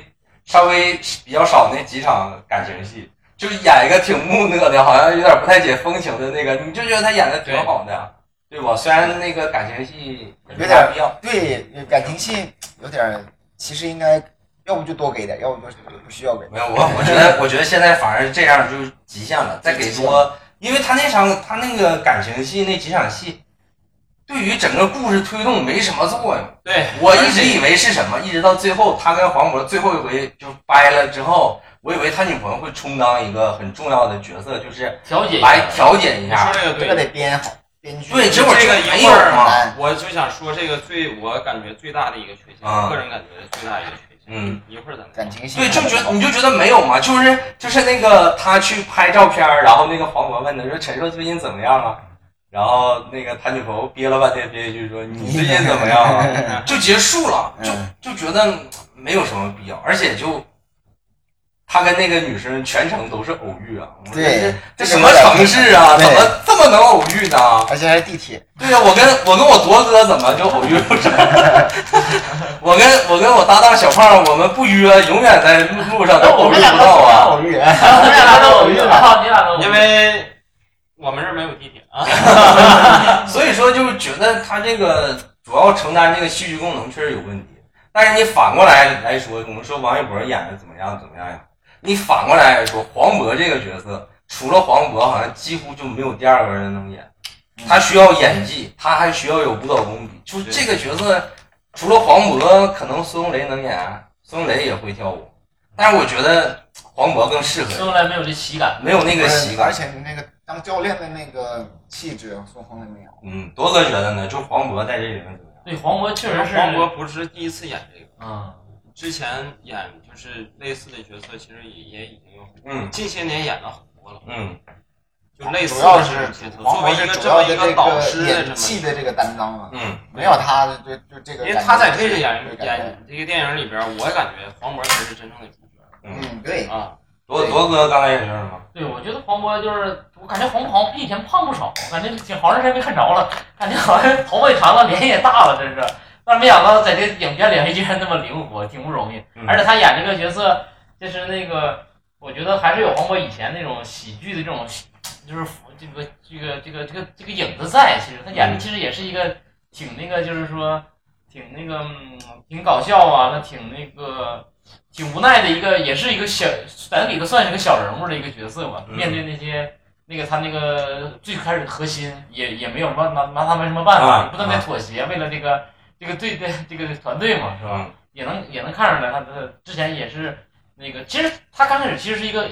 Speaker 1: 稍微比较少那几场感情戏，就是演一个挺木讷的，好像有点不太解风情的那个，你就觉得他演的挺好的，对吧？虽然那个感情戏
Speaker 4: 有点
Speaker 1: 必要，
Speaker 4: 对感情戏有点儿，其实应该要不就多给点，要不就是不需要给。
Speaker 1: 没有我我觉得我觉得现在反而这样就是极限了，再给多，因为他那场他那个感情戏那几场戏。对于整个故事推动没什么作用，
Speaker 2: 对
Speaker 1: 我一直以为是什么，一直到最后他跟黄渤最后一回就掰了之后，我以为他女朋友会充当一个很重要的角色，就是
Speaker 3: 调解一
Speaker 1: 来
Speaker 3: 下。
Speaker 1: 调解一
Speaker 2: 你说
Speaker 1: 下。
Speaker 2: 这个
Speaker 4: 这
Speaker 2: 对
Speaker 4: 个，得编好，编剧
Speaker 1: 对，
Speaker 2: 这
Speaker 1: 会儿
Speaker 2: 这个
Speaker 1: 就没
Speaker 2: 一
Speaker 1: 有
Speaker 2: 会儿
Speaker 1: 嘛。
Speaker 4: 难。
Speaker 2: 我就想说这个最我感觉最大的一个缺陷，
Speaker 1: 啊
Speaker 2: 个人感觉最大的一个缺陷。
Speaker 1: 嗯，
Speaker 2: 一会儿咱们
Speaker 4: 感情戏
Speaker 1: 对，就觉得你就觉得没有嘛，就是就是那个他去拍照片儿，然后那个黄渤问他说陈硕最近怎么样啊？然后那个他女朋友憋了半天憋一句说你最近怎么样 啊？就结束了，就
Speaker 4: 嗯
Speaker 1: 就觉得没有什么必要，而且就他跟那个女生全程都是偶遇啊，我说
Speaker 4: 对
Speaker 1: 这什么城市啊？
Speaker 4: 对
Speaker 1: 怎么这么能偶遇呢？
Speaker 4: 而且还是地铁，
Speaker 1: 对呀、我跟我跟我铎哥怎么就偶遇不上？我跟我跟我搭档小胖，我们不约，永远在路路上都偶遇不到啊。
Speaker 4: 偶遇，
Speaker 3: 我
Speaker 4: 我
Speaker 3: 们俩都偶遇了，你俩都偶遇
Speaker 2: 因为我们这儿没有地铁 啊。
Speaker 1: 所以说，就是觉得他这个主要承担这个戏剧功能确实有问题。但是你反过来来说，我们说王一博演的怎么样怎么样呀？你反过来来说，黄渤这个角色，除了黄渤，好像几乎就没有第二个人能演。
Speaker 3: 嗯
Speaker 1: 他需要演技，他还需要有舞蹈功底。就是这个角色，除了黄渤，可能孙红雷能演，孙红雷也会跳舞，但是我觉得黄渤更适合，
Speaker 3: 孙红雷没有这喜感，
Speaker 1: 没有 那个喜
Speaker 4: 而
Speaker 1: 感。
Speaker 4: 且那个当教练的那个气质，啊宋红雷没有。
Speaker 1: 嗯，多哥觉得呢？就是黄渤在这里面怎么样？
Speaker 3: 对黄渤确实是
Speaker 2: 黄渤不是第一次演这个，
Speaker 3: 嗯，
Speaker 2: 之前演就是类似的角色，其实也也已经有，
Speaker 1: 嗯
Speaker 2: 近些年演了很多了，
Speaker 1: 嗯，
Speaker 2: 就类似
Speaker 4: 主要
Speaker 2: 的
Speaker 4: 是
Speaker 2: 这种角色。作
Speaker 4: 黄
Speaker 2: 为
Speaker 4: 渤
Speaker 2: 一
Speaker 4: 是
Speaker 2: 个
Speaker 4: 主
Speaker 2: 这
Speaker 4: 要
Speaker 2: 么
Speaker 4: 的
Speaker 2: 一
Speaker 4: 这
Speaker 2: 个导师
Speaker 4: 个
Speaker 2: 的这
Speaker 4: 演
Speaker 2: 么
Speaker 4: 技
Speaker 2: 一个，
Speaker 4: 的这个担当嘛，啊
Speaker 1: 嗯，
Speaker 4: 没有他就就这个。
Speaker 2: 因为他在这个演
Speaker 4: 对感觉
Speaker 2: 演这个电影里边，我感觉黄渤才是真正的主角
Speaker 4: 嗯，对，
Speaker 2: 啊。
Speaker 1: 多多哥刚才也就是嘛，
Speaker 3: 对，我觉得黄渤就是，我感觉黄渤好像比以前胖不少，我感觉挺好长时间没看着了，感觉好像头发也长了，脸也大了，真是。但是没想到在这影片里还居然那么灵活，挺不容易。
Speaker 1: 嗯
Speaker 3: 而且他演这个角色，就是那个，我觉得还是有黄渤以前那种喜剧的这种，就是这个这个这个这个这个影子在。其实他演的其实也是一个挺那个，就是说挺那个、嗯、挺搞笑啊，那挺那个挺无奈的一个，也是一个小，咱里头算是个小人物的一个角色吧。
Speaker 1: 嗯
Speaker 3: 面对那些。那个他那个最开始核心也也没有办拿拿他没什么办
Speaker 1: 啊
Speaker 3: 法，不断在
Speaker 1: 啊
Speaker 3: 妥协，为了这个这个队的这个团队嘛，是
Speaker 1: 是
Speaker 3: 吧？
Speaker 1: 吧？
Speaker 3: 也能也能看出来，他的之前也是那个，其实他刚开始其实是一个，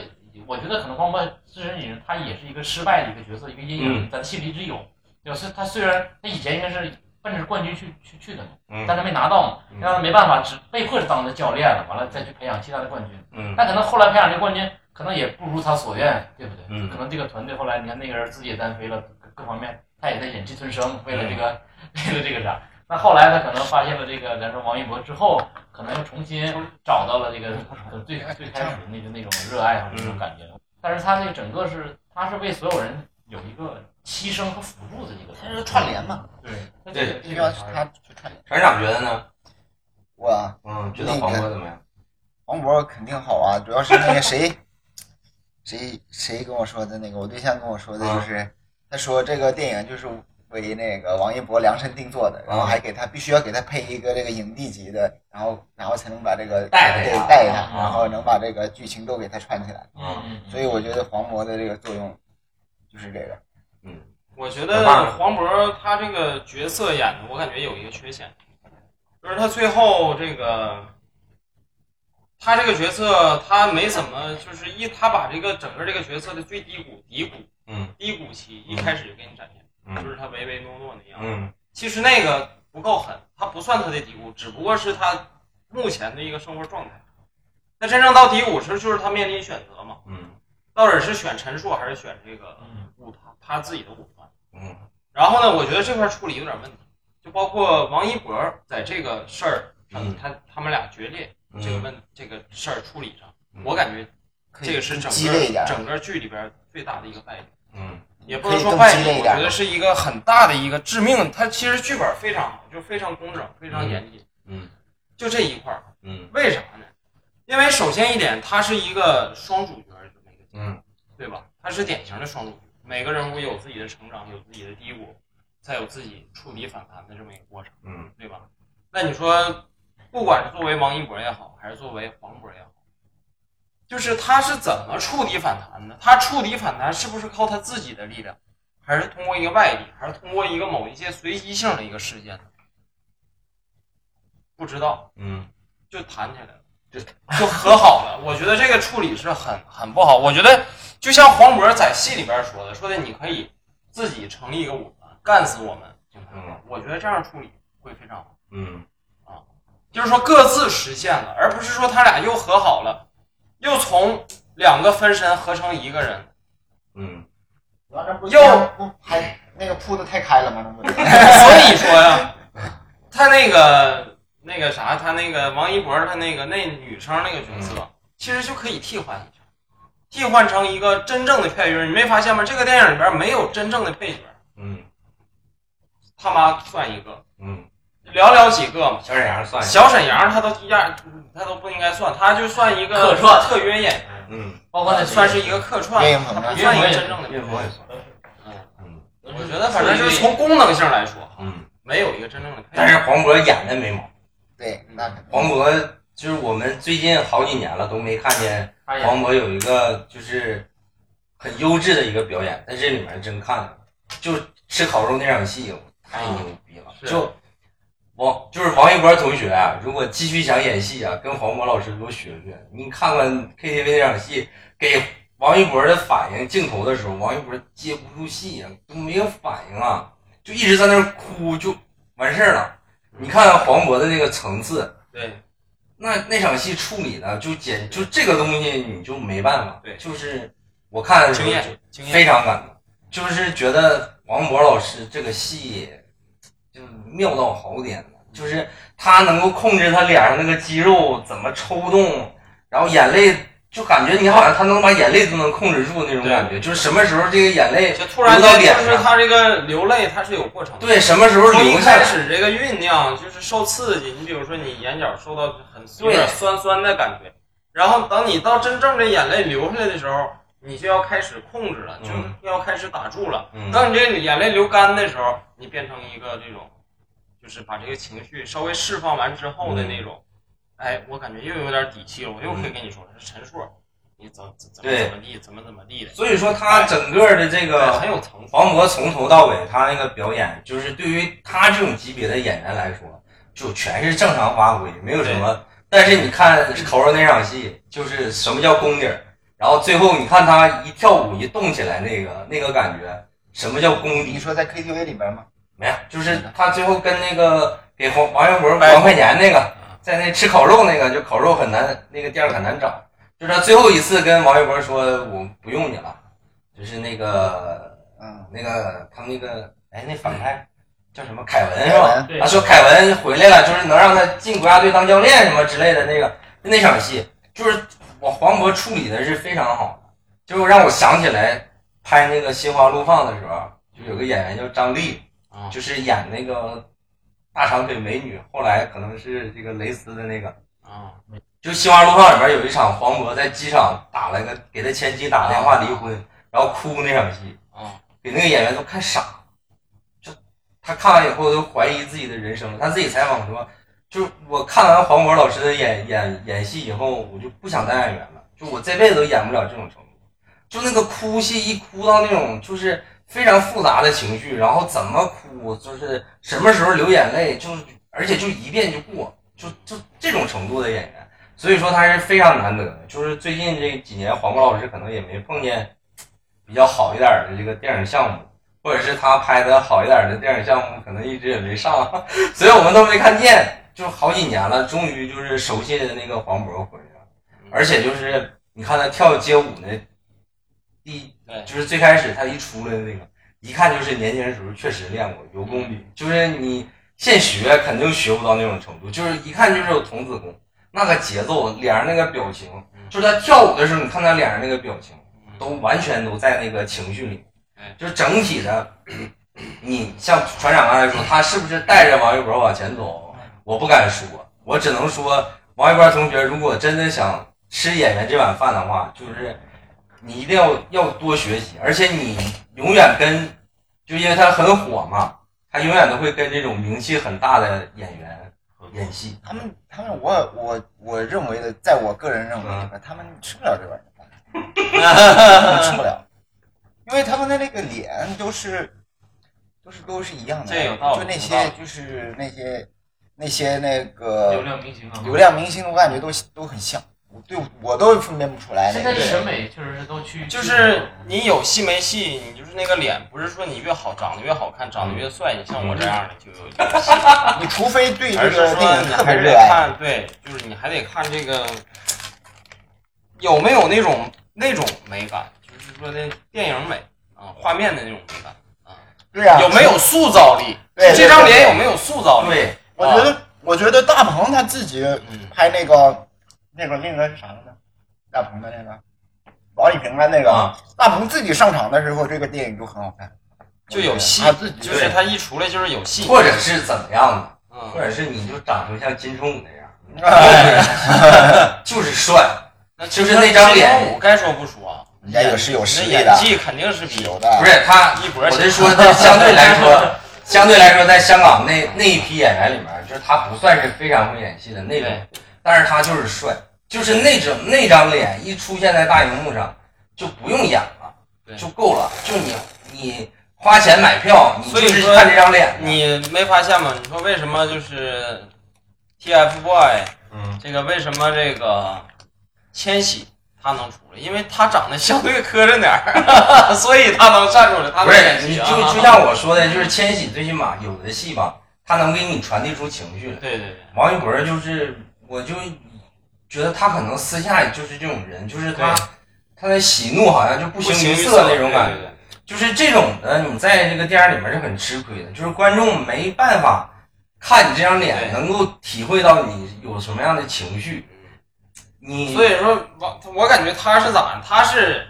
Speaker 3: 我觉得可能黄渤自身也是他也是一个失败的一个角色，一个阴
Speaker 1: 嗯
Speaker 3: 影，咱心里一直有。就是他虽然他以前应该是奔着冠军去去去的嘛，
Speaker 1: 嗯
Speaker 3: 但他没拿到嘛，让他没办法，只被迫当了教练了，完了再去培养其他的冠军。
Speaker 1: 嗯
Speaker 3: 但可能后来培养这冠军，可能也不如他所愿，对不对？
Speaker 1: 嗯
Speaker 3: 可能这个团队后来，你看那个人自己也单飞了，各各方面他也在忍气吞声，为了这个，
Speaker 1: 嗯
Speaker 3: 为了这个啥。那后来他可能发现了这个，咱说王一博之后，可能又重新找到了这个 最最开始的那个那种热爱和那种感觉。
Speaker 1: 嗯
Speaker 3: 但是他这个整个是，他是为所有人有一个牺牲和辅助的一个，
Speaker 4: 他是串联嘛，
Speaker 3: 对，他这
Speaker 1: 对
Speaker 3: 个
Speaker 4: 必
Speaker 3: 这
Speaker 4: 须
Speaker 3: 个
Speaker 4: 要
Speaker 3: 还是
Speaker 4: 他去串联。
Speaker 1: 船长觉得呢？
Speaker 4: 我啊
Speaker 1: 嗯，觉得黄渤怎么样？
Speaker 4: 黄渤肯定好啊，主要是那个谁，谁谁跟我说的那个，我对象跟我说的就是，他说这个电影就是为那个王一博量身定做的，然后还给他必须要给他配一个这个影帝级的，然后然后才能把这个
Speaker 1: 带着
Speaker 4: 对
Speaker 1: 他
Speaker 4: 带着他
Speaker 1: 啊，
Speaker 4: 然后能把这个剧情都给他串起来。
Speaker 1: 嗯
Speaker 3: 嗯
Speaker 4: 所以我觉得黄渤的这个作用就是这个，
Speaker 2: 我觉得黄渤他这个角色演的，我感觉有一个缺陷，就是他最后这个，他这个角色他没怎么，就是一他把这个整个这个角色的最低谷低谷
Speaker 1: 嗯
Speaker 2: 低谷期一开始就给你展现，就
Speaker 1: 嗯
Speaker 2: 是他唯唯诺诺那样。
Speaker 1: 嗯
Speaker 2: 其实那个不够狠，他不算他的低谷，只不过是他目前的一个生活状态。那真正到低谷时，就是他面临选择嘛。
Speaker 1: 嗯
Speaker 2: 到底是选陈述还是选这个武他他自己的武团？
Speaker 1: 嗯，
Speaker 2: 然后呢，我觉得这块处理有点问题，就包括王一博在这个事儿上，
Speaker 1: 嗯
Speaker 2: 他他们俩决裂
Speaker 1: 嗯
Speaker 2: 这个问这个事儿处理上，
Speaker 1: 嗯
Speaker 2: 我感觉
Speaker 4: 可以
Speaker 2: 这个是整
Speaker 4: 激烈一
Speaker 2: 个
Speaker 4: 点
Speaker 2: 整个剧里边最大的一个败笔。
Speaker 1: 嗯
Speaker 2: 也不能
Speaker 4: 可以
Speaker 2: 说
Speaker 4: 更
Speaker 2: 败
Speaker 4: 激
Speaker 2: 笔
Speaker 4: 烈，一
Speaker 2: 我
Speaker 4: 点
Speaker 2: 觉得是一个很大的一个致命的。它其实剧本非常好，就非常工整，非常严谨。
Speaker 1: 嗯
Speaker 2: 就这一块儿，
Speaker 1: 嗯
Speaker 2: 为啥呢？因为首先一点，它是一个双主角这么一个，
Speaker 1: 嗯
Speaker 2: 对吧？它是典型的双主角，每个人物有自己的成长，有自己的低谷，再有自己触底反弹的这么一个过程，
Speaker 1: 嗯
Speaker 2: 对吧？那你说，不管是作为王一博也好，还是作为黄渤也好，就是他是怎么触底反弹的？他触底反弹是不是靠他自己的力量，还是通过一个外力，还是通过一个某一些随机性的一个事件呢？不知道。
Speaker 1: 嗯
Speaker 2: 就谈起来了，就就和好了。我觉得这个处理是很很不好。我觉得就像黄渤在戏里边说的，说的你可以自己成立一个武团，干死我们警察官。我觉得这样处理会非常好，
Speaker 1: 嗯
Speaker 2: 就是说各自实现了，而不是说他俩又和好了，又从两个分身合成一个人。
Speaker 1: 嗯
Speaker 4: 完了不
Speaker 2: 又
Speaker 4: 不还那个铺的太开了吗？那 不是
Speaker 2: 所以说呀，他那个那个啥，他那个王一博，他那个那女生那个角色，其实就可以替换一下，替换成一个真正的配角儿。你没发现吗？这个电影里边没有真正的配角儿，
Speaker 1: 嗯
Speaker 2: 他妈算一个，
Speaker 1: 嗯，
Speaker 2: 寥寥几个嘛。
Speaker 1: 小沈阳算一下，
Speaker 2: 小沈阳他都一样，他都不应该算，他就算一个
Speaker 3: 客串
Speaker 2: 特约演员，
Speaker 1: 嗯，
Speaker 3: 包括那
Speaker 2: 算是一个客串，
Speaker 4: 岳云鹏
Speaker 2: 他
Speaker 4: 啊
Speaker 2: 不算一个真正的配角
Speaker 1: 岳
Speaker 2: 儿。
Speaker 1: 鹏也算，
Speaker 2: 我觉得反正就是从功能性来说，
Speaker 1: 嗯，
Speaker 2: 没有一个真正的配角
Speaker 1: 但
Speaker 2: 儿。
Speaker 1: 是黄渤演的没毛病，
Speaker 4: 对，那肯定
Speaker 1: 黄渤就是我们最近好几年了都没看见。
Speaker 3: 他演
Speaker 1: 黄渤有一个就是很优质的一个表演，在这里面真看了，就吃烤肉那场戏太
Speaker 3: 啊
Speaker 1: 牛逼了，
Speaker 2: 是
Speaker 1: 就王就是王一博同学啊，如果继续想演戏啊，跟黄渤老师多学学。你看看 KTV 那场戏，给王一博的反应镜头的时候，王一博接不住戏啊，都没有反应啊，就一直在那儿哭，就完事儿了。你看黄渤的那个层次，
Speaker 2: 对，
Speaker 1: 那那场戏处理的就简就这个东西你就没办法，
Speaker 2: 对
Speaker 1: 就是我看的时
Speaker 2: 经
Speaker 1: 候就
Speaker 2: 验经验
Speaker 1: 非常感动，就是觉得王博老师这个戏就是妙到好点了，就是他能够控制他脸上那个肌肉怎么抽动，然后眼泪就感觉你好像他能把眼泪都能控制住那种
Speaker 2: 对
Speaker 1: 感觉，就是什么时候这个眼泪
Speaker 2: 就突然
Speaker 1: 流到
Speaker 2: 间
Speaker 1: 脸
Speaker 2: 就是
Speaker 1: 上，
Speaker 2: 他这个流泪，它是有过程的。
Speaker 1: 对，什么时候
Speaker 2: 从一
Speaker 1: 流下
Speaker 2: 开
Speaker 1: 来，
Speaker 2: 始这个酝酿就是受刺激，你比如说你眼角受到很有
Speaker 1: 对
Speaker 2: 点酸酸的感觉，然后等你到真正的眼泪流下来的时候，你就要开始控制了，
Speaker 1: 嗯
Speaker 2: 就要开始打住了。
Speaker 1: 嗯
Speaker 2: 当你这眼泪流干的时候，你变成一个这种，就是把这个情绪稍微释放完之后
Speaker 1: 嗯
Speaker 2: 的那种，哎，我感觉又有点底气了，我又可以跟你说了，是陈硕，你怎怎怎么
Speaker 1: 对
Speaker 2: 怎么地，怎么怎么地的，
Speaker 1: 所以说他整个的这个
Speaker 2: 哎很有层次。
Speaker 1: 黄渤从头到尾，他那个表演，就是对于他这种级别的演员来说，就全是正常发挥，没有什么。但是你看口肉那场戏，就是什么叫功底儿，然后最后你看他一跳舞一动起来，那个那个感觉，什么叫功
Speaker 4: 你
Speaker 1: 底？
Speaker 4: 说在 KTV 里边吗？
Speaker 1: 没有，就是他最后跟那个给黄王一博五
Speaker 2: 白
Speaker 1: 万块钱那个，在那吃烤肉那个，就烤肉很难，那个店儿很难找。就是他最后一次跟王一博说我不用你了，就是那个
Speaker 4: 嗯，
Speaker 1: 那个他们那个哎，那反派叫什么凯文是
Speaker 4: 凯
Speaker 1: 吧？
Speaker 4: 文
Speaker 3: 对
Speaker 1: 他说凯文回来了，就是能让他进国家队当教练什么之类的那个那场戏，就是我黄渤处理的是非常好的，就是让我想起来拍那个《心花怒放》的时候，就有个演员叫张丽，
Speaker 2: 啊
Speaker 1: 就是演那个大长腿美女，后来可能是这个蕾丝的那个。
Speaker 2: 啊，
Speaker 1: 就《心花怒放》里边有一场黄渤在机场打了个给他前妻打电话离婚，然后哭那场戏，
Speaker 2: 啊，
Speaker 1: 给那个演员都看傻了，就他看完以后都怀疑自己的人生了。他自己采访说，就是我看完黄渤老师的演演演戏以后，我就不想当演员了，就我这辈子都演不了这种程度。就那个哭戏一哭到那种就是非常复杂的情绪，然后怎么哭，就是什么时候流眼泪，就是而且就一遍就过，就就这种程度的演员。所以说他是非常难得的，就是最近这几年黄渤老师可能也没碰见比较好一点儿的这个电影项目，或者是他拍的好一点儿的电影项目，可能一直也没上，所以我们都没看见。就好几年了，终于就是熟悉的那个黄渤回来了，而且就是你看他跳街舞那第一
Speaker 2: 对
Speaker 1: 就是最开始他一出来的那个，一看就是年轻的时候确实练过，有功底，就是你现学肯定学不到那种程度，就是一看就是有童子功，那个节奏，脸上那个表情，就是他跳舞的时候，你看他脸上那个表情，都完全都在那个情绪里
Speaker 2: 对，
Speaker 1: 就是整体的。你像船长刚才说，他是不是带着王一博往前走？我不敢说，我只能说王一博同学，如果真的想吃演员这碗饭的话，就是你一定要要多学习，而且你永远跟，就因为他很火嘛，他永远都会跟这种名气很大的演员演戏。
Speaker 4: 他们他们我我我认为的，在我个人认为里
Speaker 2: 嗯
Speaker 4: 边，他们吃不了这玩意儿，他 们吃不了，因为他们的那个脸都是都是都是一样的，啊
Speaker 2: 这有道理
Speaker 4: 就那
Speaker 2: 有道
Speaker 4: 些
Speaker 2: 理
Speaker 4: 就是那些那些那
Speaker 3: 流
Speaker 4: 个
Speaker 3: 量明星啊，
Speaker 4: 流量明星，我感觉都都很像，我对我都分辨不出来那
Speaker 3: 现在
Speaker 4: 个
Speaker 3: 的
Speaker 2: 对
Speaker 3: 审美确实是都去
Speaker 2: 就是你有戏没戏，你就是那个脸，不是说你越好长得越好看，长得越帅，
Speaker 4: 嗯
Speaker 2: 你像我这样的就有就有戏，
Speaker 4: 你除非对这
Speaker 2: 而是
Speaker 4: 个电
Speaker 2: 说
Speaker 4: 影
Speaker 2: 你
Speaker 4: 特别
Speaker 2: 还是
Speaker 4: 热
Speaker 2: 得
Speaker 4: 爱，
Speaker 2: 看，对，就是你还得看这个有没有那种那种美感，就是说那电影美啊，画面的那种美感，
Speaker 4: 对啊呀、
Speaker 2: 有没有塑造力？
Speaker 4: 对对
Speaker 2: 这张脸有没有塑造力？啊
Speaker 1: 对，
Speaker 4: 我觉得，我觉得大鹏他自己
Speaker 2: 嗯
Speaker 4: 拍那个那个那个是啥来着？大鹏的那个王丽萍的那个，
Speaker 1: 啊
Speaker 4: 大鹏自己上场的时候，这个电影就很好看，
Speaker 2: 就有戏
Speaker 4: 他啊自己
Speaker 2: 就是他一出来就是有戏，
Speaker 1: 或者是怎么样的，
Speaker 2: 嗯
Speaker 1: 或，者是你就长成像金城武那样，
Speaker 4: 哎
Speaker 1: 就是帅，
Speaker 2: 那
Speaker 1: 就是那张脸
Speaker 2: 我该说不说啊，
Speaker 4: 人家也是有实
Speaker 2: 那
Speaker 4: 力
Speaker 2: 演
Speaker 4: 的，
Speaker 2: 技肯定是比
Speaker 4: 有的，
Speaker 1: 不是他
Speaker 2: 一博
Speaker 1: 我
Speaker 2: 强
Speaker 1: 是说，他相对来说，相对来说，在香港那那一批演员里面，就是他不算是非常会演戏的那种
Speaker 2: 对，
Speaker 1: 但是他就是帅，就是那种那张脸一出现在大荧幕上，就不用演了，
Speaker 2: 对
Speaker 1: 就够了。就你你花钱买票，你
Speaker 2: 所以
Speaker 1: 就是
Speaker 2: 说
Speaker 1: 看这张脸的。
Speaker 2: 你没发现吗？你说为什么就是 TFBOY
Speaker 1: 嗯，
Speaker 2: 这个为什么这个千玺他能出来？因为他长得相对磕碜 点儿，所以他能站出来，他
Speaker 1: 不
Speaker 2: 能演
Speaker 1: 是，你
Speaker 2: 戏
Speaker 1: 就
Speaker 2: 啊。
Speaker 1: 就像我说的，就是千玺最起码有的戏吧，他能给你传递出情绪来。
Speaker 2: 对对对，
Speaker 1: 王一博就是，我就觉得他可能私下里就是这种人，就是他
Speaker 2: 对
Speaker 1: 他的喜怒好像就不
Speaker 2: 不
Speaker 1: 形
Speaker 2: 形
Speaker 1: 于
Speaker 2: 于
Speaker 1: 色那种感
Speaker 2: 对
Speaker 1: 觉，
Speaker 2: 对对
Speaker 1: 就是这种的，你在这个电影里面是很吃亏的，就是观众没办法看你这张脸，
Speaker 2: 对
Speaker 1: 能够体会到你有什么样的情绪，你
Speaker 2: 嗯所以说，我我感觉他是咋？他是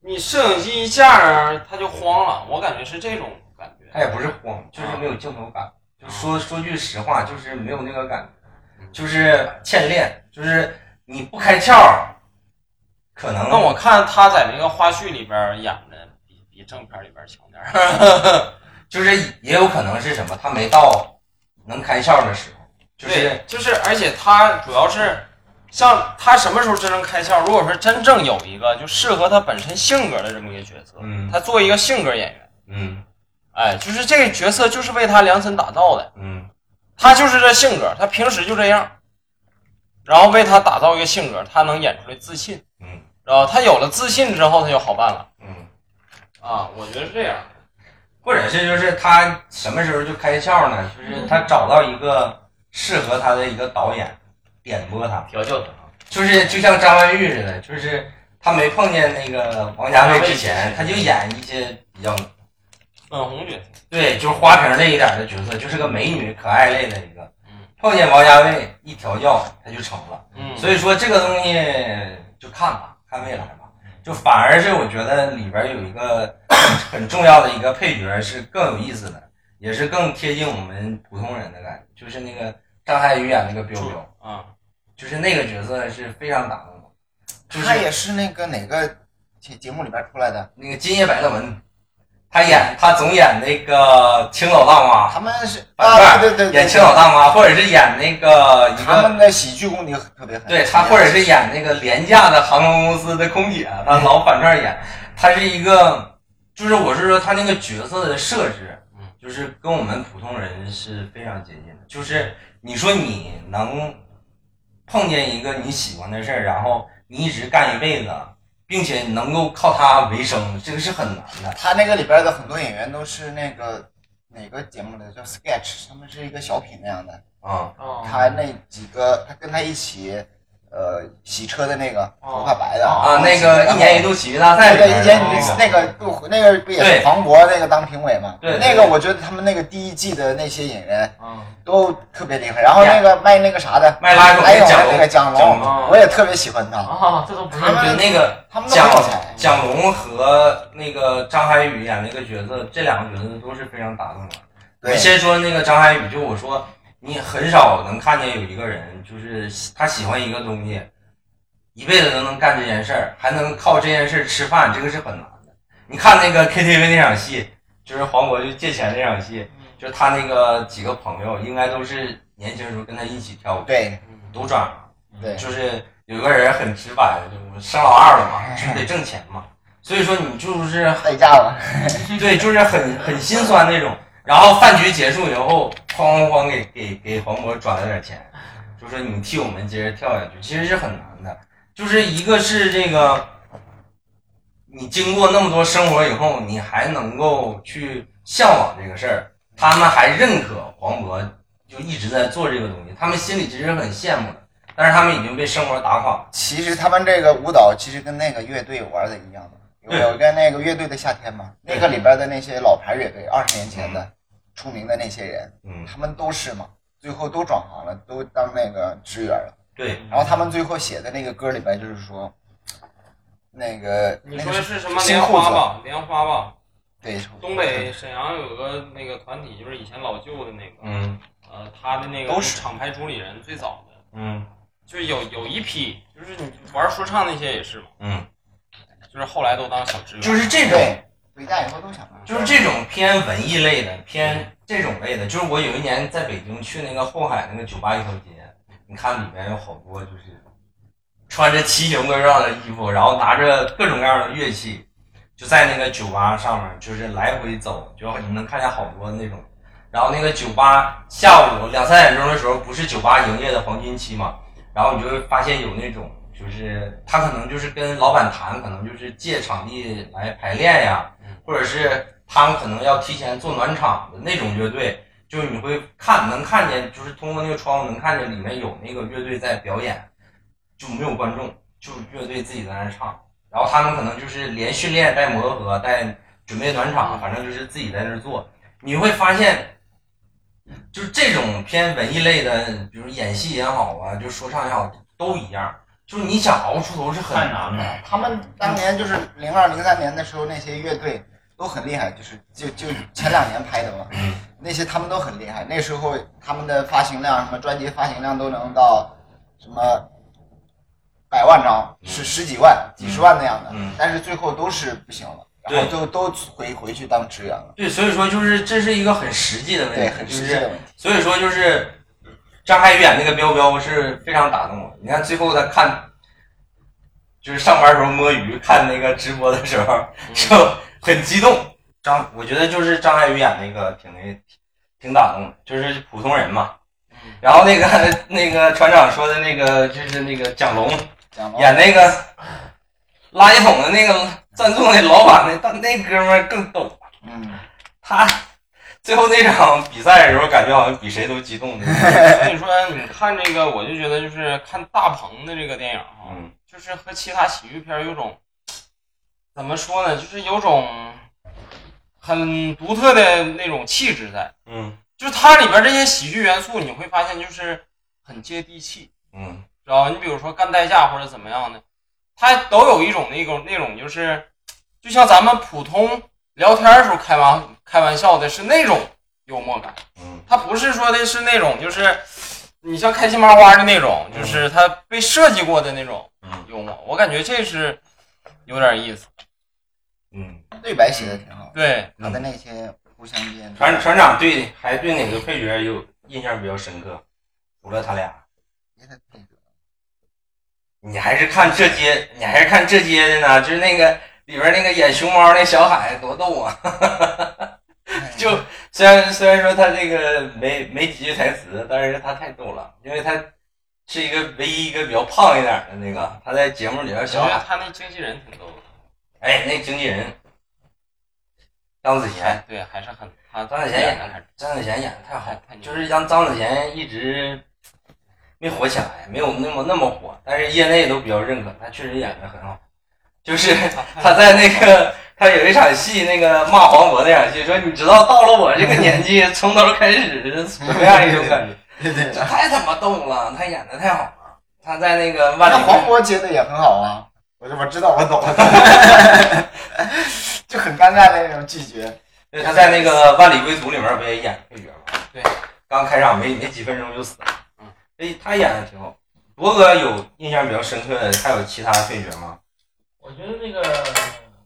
Speaker 2: 你摄影机一下儿他就慌了，我感觉是这种感觉。
Speaker 1: 他也不是慌，就是
Speaker 2: 啊
Speaker 1: 没有镜头感。就说说句实话，就是没有那个感
Speaker 2: 嗯
Speaker 1: 觉，就是欠练，就是你不开窍，可能
Speaker 2: 那我看他在那个花絮里边儿演的比比正片儿里边儿强点儿。
Speaker 1: 就是也有可能是什么，他没到能开窍的时候，就是
Speaker 2: 对，就是，而且他主要是像他什么时候真正开窍？如果说真正有一个就适合他本身性格的这么一个角色，
Speaker 1: 嗯
Speaker 2: 他做一个性格演员，
Speaker 1: 嗯
Speaker 2: 哎，就是这个角色就是为他量身打造的，
Speaker 1: 嗯，
Speaker 2: 他就是这性格，他平时就这样，然后为他打造一个性格，他能演出来自信，
Speaker 1: 嗯，
Speaker 2: 然后他有了自信之后，他就好办了
Speaker 1: 嗯，
Speaker 2: 啊，我觉得是这样，
Speaker 1: 或者是就是他什么时候就开窍呢？就是
Speaker 2: 嗯
Speaker 1: 他找到一个适合他的一个导演，点拨他，
Speaker 3: 调教他。
Speaker 1: 就是就像张曼玉似的，就是他没碰见那个王家卫之前，他就演一些比较
Speaker 2: 粉红角色，
Speaker 1: 对，就是花瓶类一点的角色，就是个美女可爱类的一个
Speaker 2: 嗯。
Speaker 1: 碰见王家卫一调教，他就成了。
Speaker 2: 嗯，
Speaker 1: 所以说这个东西就看吧，看未来吧。
Speaker 2: 嗯
Speaker 1: 就反而是我觉得里边有一个很重要的一个配角是更有意思的，也是更贴近我们普通人的感觉，就是那个张涵予演那个彪彪，
Speaker 2: 啊，
Speaker 1: 就是那个角色是非常打动我，就是
Speaker 4: 他也是那个哪个节节目里边出来的，
Speaker 1: 那个《今夜百乐门》，他演他总演那个青岛大妈，
Speaker 4: 他们是
Speaker 1: 反
Speaker 4: 啊，
Speaker 1: 派
Speaker 4: 对对对，
Speaker 1: 演
Speaker 4: 对
Speaker 1: 青岛大妈，或者是演那个一
Speaker 4: 他
Speaker 1: 个，
Speaker 4: 们的喜剧功底特别狠，
Speaker 1: 对他，或者是演那个廉价的航空公司的空姐，他老反串演，他是一个，就是我是说他那个角色的设置
Speaker 2: 嗯，
Speaker 1: 就是跟我们普通人是非常接近的，就是你说你能碰见一个你喜欢的事儿，然后你一直干一辈子，并且能够靠它为生，这个是很难的。
Speaker 4: 他那个里边的很多演员都是那个哪个节目的叫 sketch，他们是一个小品那样的。
Speaker 1: 啊、
Speaker 3: 哦
Speaker 4: 他那几个，他跟他一起，呃洗车的那个
Speaker 3: 哦
Speaker 4: 头发白的
Speaker 1: 啊，那个一年一度喜剧大赛
Speaker 4: 那
Speaker 1: 里边
Speaker 4: 个一
Speaker 1: 的
Speaker 4: 年
Speaker 1: 那个
Speaker 4: 那个不那个不也
Speaker 1: 对
Speaker 4: 是黄渤那个当评委嘛？
Speaker 1: 对对
Speaker 4: 那个我觉得他们那个第一季的那些演员
Speaker 3: 嗯，
Speaker 4: 都特别厉害，然后那个卖那个啥的，
Speaker 1: 卖拉手
Speaker 4: 还有
Speaker 1: 的蒋
Speaker 4: 那个
Speaker 1: 龙，哦蒋
Speaker 4: 蒋龙，
Speaker 3: 龙
Speaker 4: 我也特别喜欢他，
Speaker 3: 啊，这都不认
Speaker 4: 他
Speaker 1: 就
Speaker 3: 真
Speaker 4: 们
Speaker 1: 那个
Speaker 4: 他们都很
Speaker 1: 蒋
Speaker 4: 有才。
Speaker 1: 蒋龙和那个张涵予演那个角色，这两个角色都是非常打动我的。
Speaker 4: 对
Speaker 1: 你，先说那个张涵予，就我说你很少能看见有一个人，就是他喜欢一个东西，一辈子都能干这件事儿，还能靠这件事儿吃饭，这个是很难的。你看那个 KTV 那场戏，就是黄渤就借钱那场戏，
Speaker 3: 嗯
Speaker 1: 就是他那个几个朋友应该都是年轻时候跟他一起跳舞，
Speaker 4: 对
Speaker 1: 都转了。
Speaker 4: 对
Speaker 1: 就是有个人很直白的，就是我生老二了嘛，就是得挣钱嘛。所以说你就是
Speaker 4: 代驾了，
Speaker 1: 对，就是很很心酸那种。然后饭局结束以后，哐哐哐给给给黄渤转了点钱，就说你替我们接着跳下去，其实是很难的。就是一个是这个，你经过那么多生活以后，你还能够去向往这个事儿，他们还认可黄渤就一直在做这个东西，他们心里其实很羡慕的，但是他们已经被生活打垮了。
Speaker 4: 其实他们这个舞蹈其实跟那个乐队玩的一样的，
Speaker 1: 对
Speaker 4: 有有跟那个乐队的夏天嘛，那个里边的那些老牌乐队，二十年前的出名的那些人，
Speaker 1: 嗯，
Speaker 4: 他们都是嘛，最后都转行了，都当那个职员了。
Speaker 1: 对，
Speaker 4: 然后他们最后写的那个歌里边就是说，那个
Speaker 2: 你
Speaker 4: 那
Speaker 2: 说
Speaker 4: 个
Speaker 2: 的是什么
Speaker 4: 新
Speaker 2: 莲
Speaker 4: 裤
Speaker 2: 花
Speaker 4: 子
Speaker 2: 吧？莲花吧，
Speaker 4: 对
Speaker 2: 东北沈阳有个那个团体，就是以前老旧的那个，
Speaker 1: 嗯
Speaker 2: 呃，他的那个
Speaker 4: 都
Speaker 2: 是
Speaker 4: 是
Speaker 2: 厂牌主理人最早的，
Speaker 1: 嗯
Speaker 2: 就是有有一批，就是你玩说唱那些也是嘛，
Speaker 1: 嗯，
Speaker 2: 就是后来都当小职员，
Speaker 1: 就是这种。
Speaker 4: 对回家以后都想玩
Speaker 1: 就是这种偏文艺类的，偏这种类的，就是我有一年在北京去那个后海那个酒吧一条街，你看里面有好多就是穿着奇形怪状的衣服，然后拿着各种各样的乐器，就在那个酒吧上面就是来回走，就你能看见好多那种。然后那个酒吧下午两三点钟的时候，不是酒吧营业的黄金期嘛，然后你就会发现有那种，就是他可能就是跟老板谈，可能就是借场地来排练呀，或者是他们可能要提前做暖场的那种乐队，就是你会看能看见，就是通过那个窗户能看见里面有那个乐队在表演，就没有观众，就是乐队自己在那唱，然后他们可能就是连训练带磨合带准备暖
Speaker 4: 嗯
Speaker 1: 场，反正就是自己在那做，你会发现。就是这种偏文艺类的，比如演戏也好啊，就说唱也好，都一样。就是你想熬出头是很
Speaker 3: 太
Speaker 1: 难
Speaker 3: 难
Speaker 1: 的。
Speaker 3: 了。
Speaker 4: 他们当年就是零二零三年的时候，那些乐队都很厉害，就是就就前两年拍的嘛，
Speaker 1: 嗯
Speaker 4: 那些他们都很厉害。那时候他们的发行量，什么专辑发行量都能到什么百万张，
Speaker 1: 嗯
Speaker 4: 是十几万、几十万那样的
Speaker 1: 嗯，
Speaker 4: 但是最后都是不行了，然
Speaker 1: 对
Speaker 4: 后都都回回去当职员了。
Speaker 1: 对，所以说就是这是一个很实际的问
Speaker 4: 对，
Speaker 1: 题，
Speaker 4: 很
Speaker 1: 就
Speaker 4: 实
Speaker 1: 是
Speaker 4: 际的问题。
Speaker 1: 所以说就是张涵予演那个彪彪是非常打动我。你看最后他看，就是上班时候摸鱼看那个直播的时候，就很激动。张，我觉得就是张涵予演那个挺那挺打动的，就是普通人嘛。 然后那个那个船长说的那个就是那个蒋龙
Speaker 4: 讲了
Speaker 1: 演那个垃圾桶的那个赞助那老板那但那哥们儿更逗。
Speaker 4: 嗯，
Speaker 1: 他最后那场比赛的时候，感觉好像比谁都激动的。哎
Speaker 2: 所以说你看这个，我就觉得就是看大鹏的这个电影啊，
Speaker 1: 嗯
Speaker 2: 就是和其他喜剧片儿有种怎么说呢，就是有种很独特的那种气质在。
Speaker 1: 嗯
Speaker 2: 就是它里边这些喜剧元素，你会发现就是很接地气，
Speaker 1: 嗯
Speaker 2: 知道吧？你比如说干代驾或者怎么样的，它都有一种那种那种就是，就像咱们普通聊天的时候开玩开玩笑的是那种幽默感。
Speaker 1: 嗯
Speaker 2: 它不是说的是那种，就是你像开心麻花的那种，
Speaker 1: 嗯
Speaker 2: 就是它被设计过的那种
Speaker 1: 嗯
Speaker 2: 幽默。我感觉这是有点意思。
Speaker 1: 嗯。
Speaker 4: 对白写的挺好，
Speaker 2: 对，
Speaker 4: 他的那些互相间
Speaker 1: 船船长对还对哪个配角有印象比较深刻？除了他俩，
Speaker 4: 别的配角
Speaker 1: 你还是看这街，你还是看这街的呢？就是那个里边那个演熊猫那小海多逗啊！ 就虽然虽然说他这个没没几句台词，但是他太逗了，因为他是一个唯一一个比较胖一点的那个，他在节目里边
Speaker 2: 我
Speaker 1: 小海
Speaker 2: 觉得。他那经纪人挺逗的。
Speaker 1: 哎，那经纪人张子贤，
Speaker 2: 对，还是很他
Speaker 1: 张子贤
Speaker 2: 演
Speaker 1: 演
Speaker 2: 的还是
Speaker 1: 哎张子贤演的太好了
Speaker 2: 太太，牛
Speaker 1: 就是让张子贤一直没火起来，没有那么那么火，但是业内都比较认可他，确实演的很好。 就是他在那个他有一场戏，那个骂黄渤那场戏，说你知道到了我这个年纪，从头开始是什么样一种感 觉？
Speaker 4: 对对
Speaker 1: 这太他妈逗了，他演的太好了。他在那个万
Speaker 4: 那
Speaker 1: 里
Speaker 4: 黄渤接的也很好啊，我我知道我懂了， 就很尴尬的那种拒绝。
Speaker 1: 对，他在那个《万里归途》里面不也演配角吗？对，刚开场没没几分钟就死了。
Speaker 2: 嗯，
Speaker 1: 所以他演的挺好。博哥有印象比较深刻的，还有其他配角吗？
Speaker 3: 我觉得那个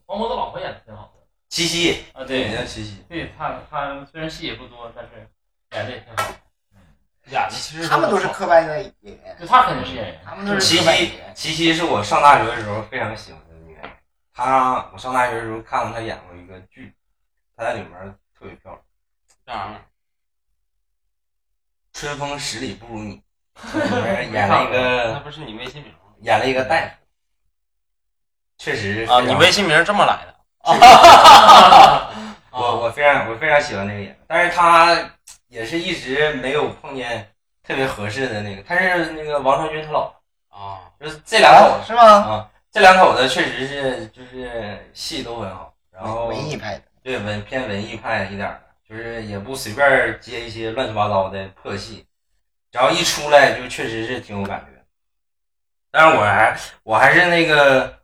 Speaker 3: 黄渤的老婆演的挺好
Speaker 1: 七夕，
Speaker 3: 的啊，
Speaker 1: 也
Speaker 3: 对，
Speaker 1: 叫七夕。
Speaker 3: 对他他虽然戏也不多，但是演的也挺好。
Speaker 2: 演的其实
Speaker 4: 他们都是科班的演员，
Speaker 3: 就他肯定是演员，
Speaker 4: 他们都是
Speaker 1: 七
Speaker 4: 科班
Speaker 1: 夕
Speaker 4: 演员，。
Speaker 1: 七夕是我上大学的时候非常喜欢的女演员。她，我上大学的时候看过她演过一个剧，她在里面特别漂亮，《
Speaker 2: 这样的。
Speaker 1: 春风十里不如你》，里面演了一
Speaker 2: 那
Speaker 1: 个
Speaker 2: 不是你微信名吗
Speaker 1: 演了一个大夫，确实
Speaker 2: 啊？
Speaker 1: 非
Speaker 2: 你
Speaker 1: 常
Speaker 2: 微信名这么来的？
Speaker 1: 我我非常我非常喜欢那个演员，但是他也是一直没有碰见特别合适的那个。他是那个王传君他老婆，
Speaker 2: 啊，
Speaker 1: 就是这两口子、
Speaker 4: 是吗？
Speaker 1: 啊，这两口子确实是就是戏都很好，然后
Speaker 4: 文艺派的，
Speaker 1: 对文偏文艺派一点儿的，就是也不随便接一些乱七八糟的破戏，只要一出来就确实是挺有感觉。但是我还我还是那个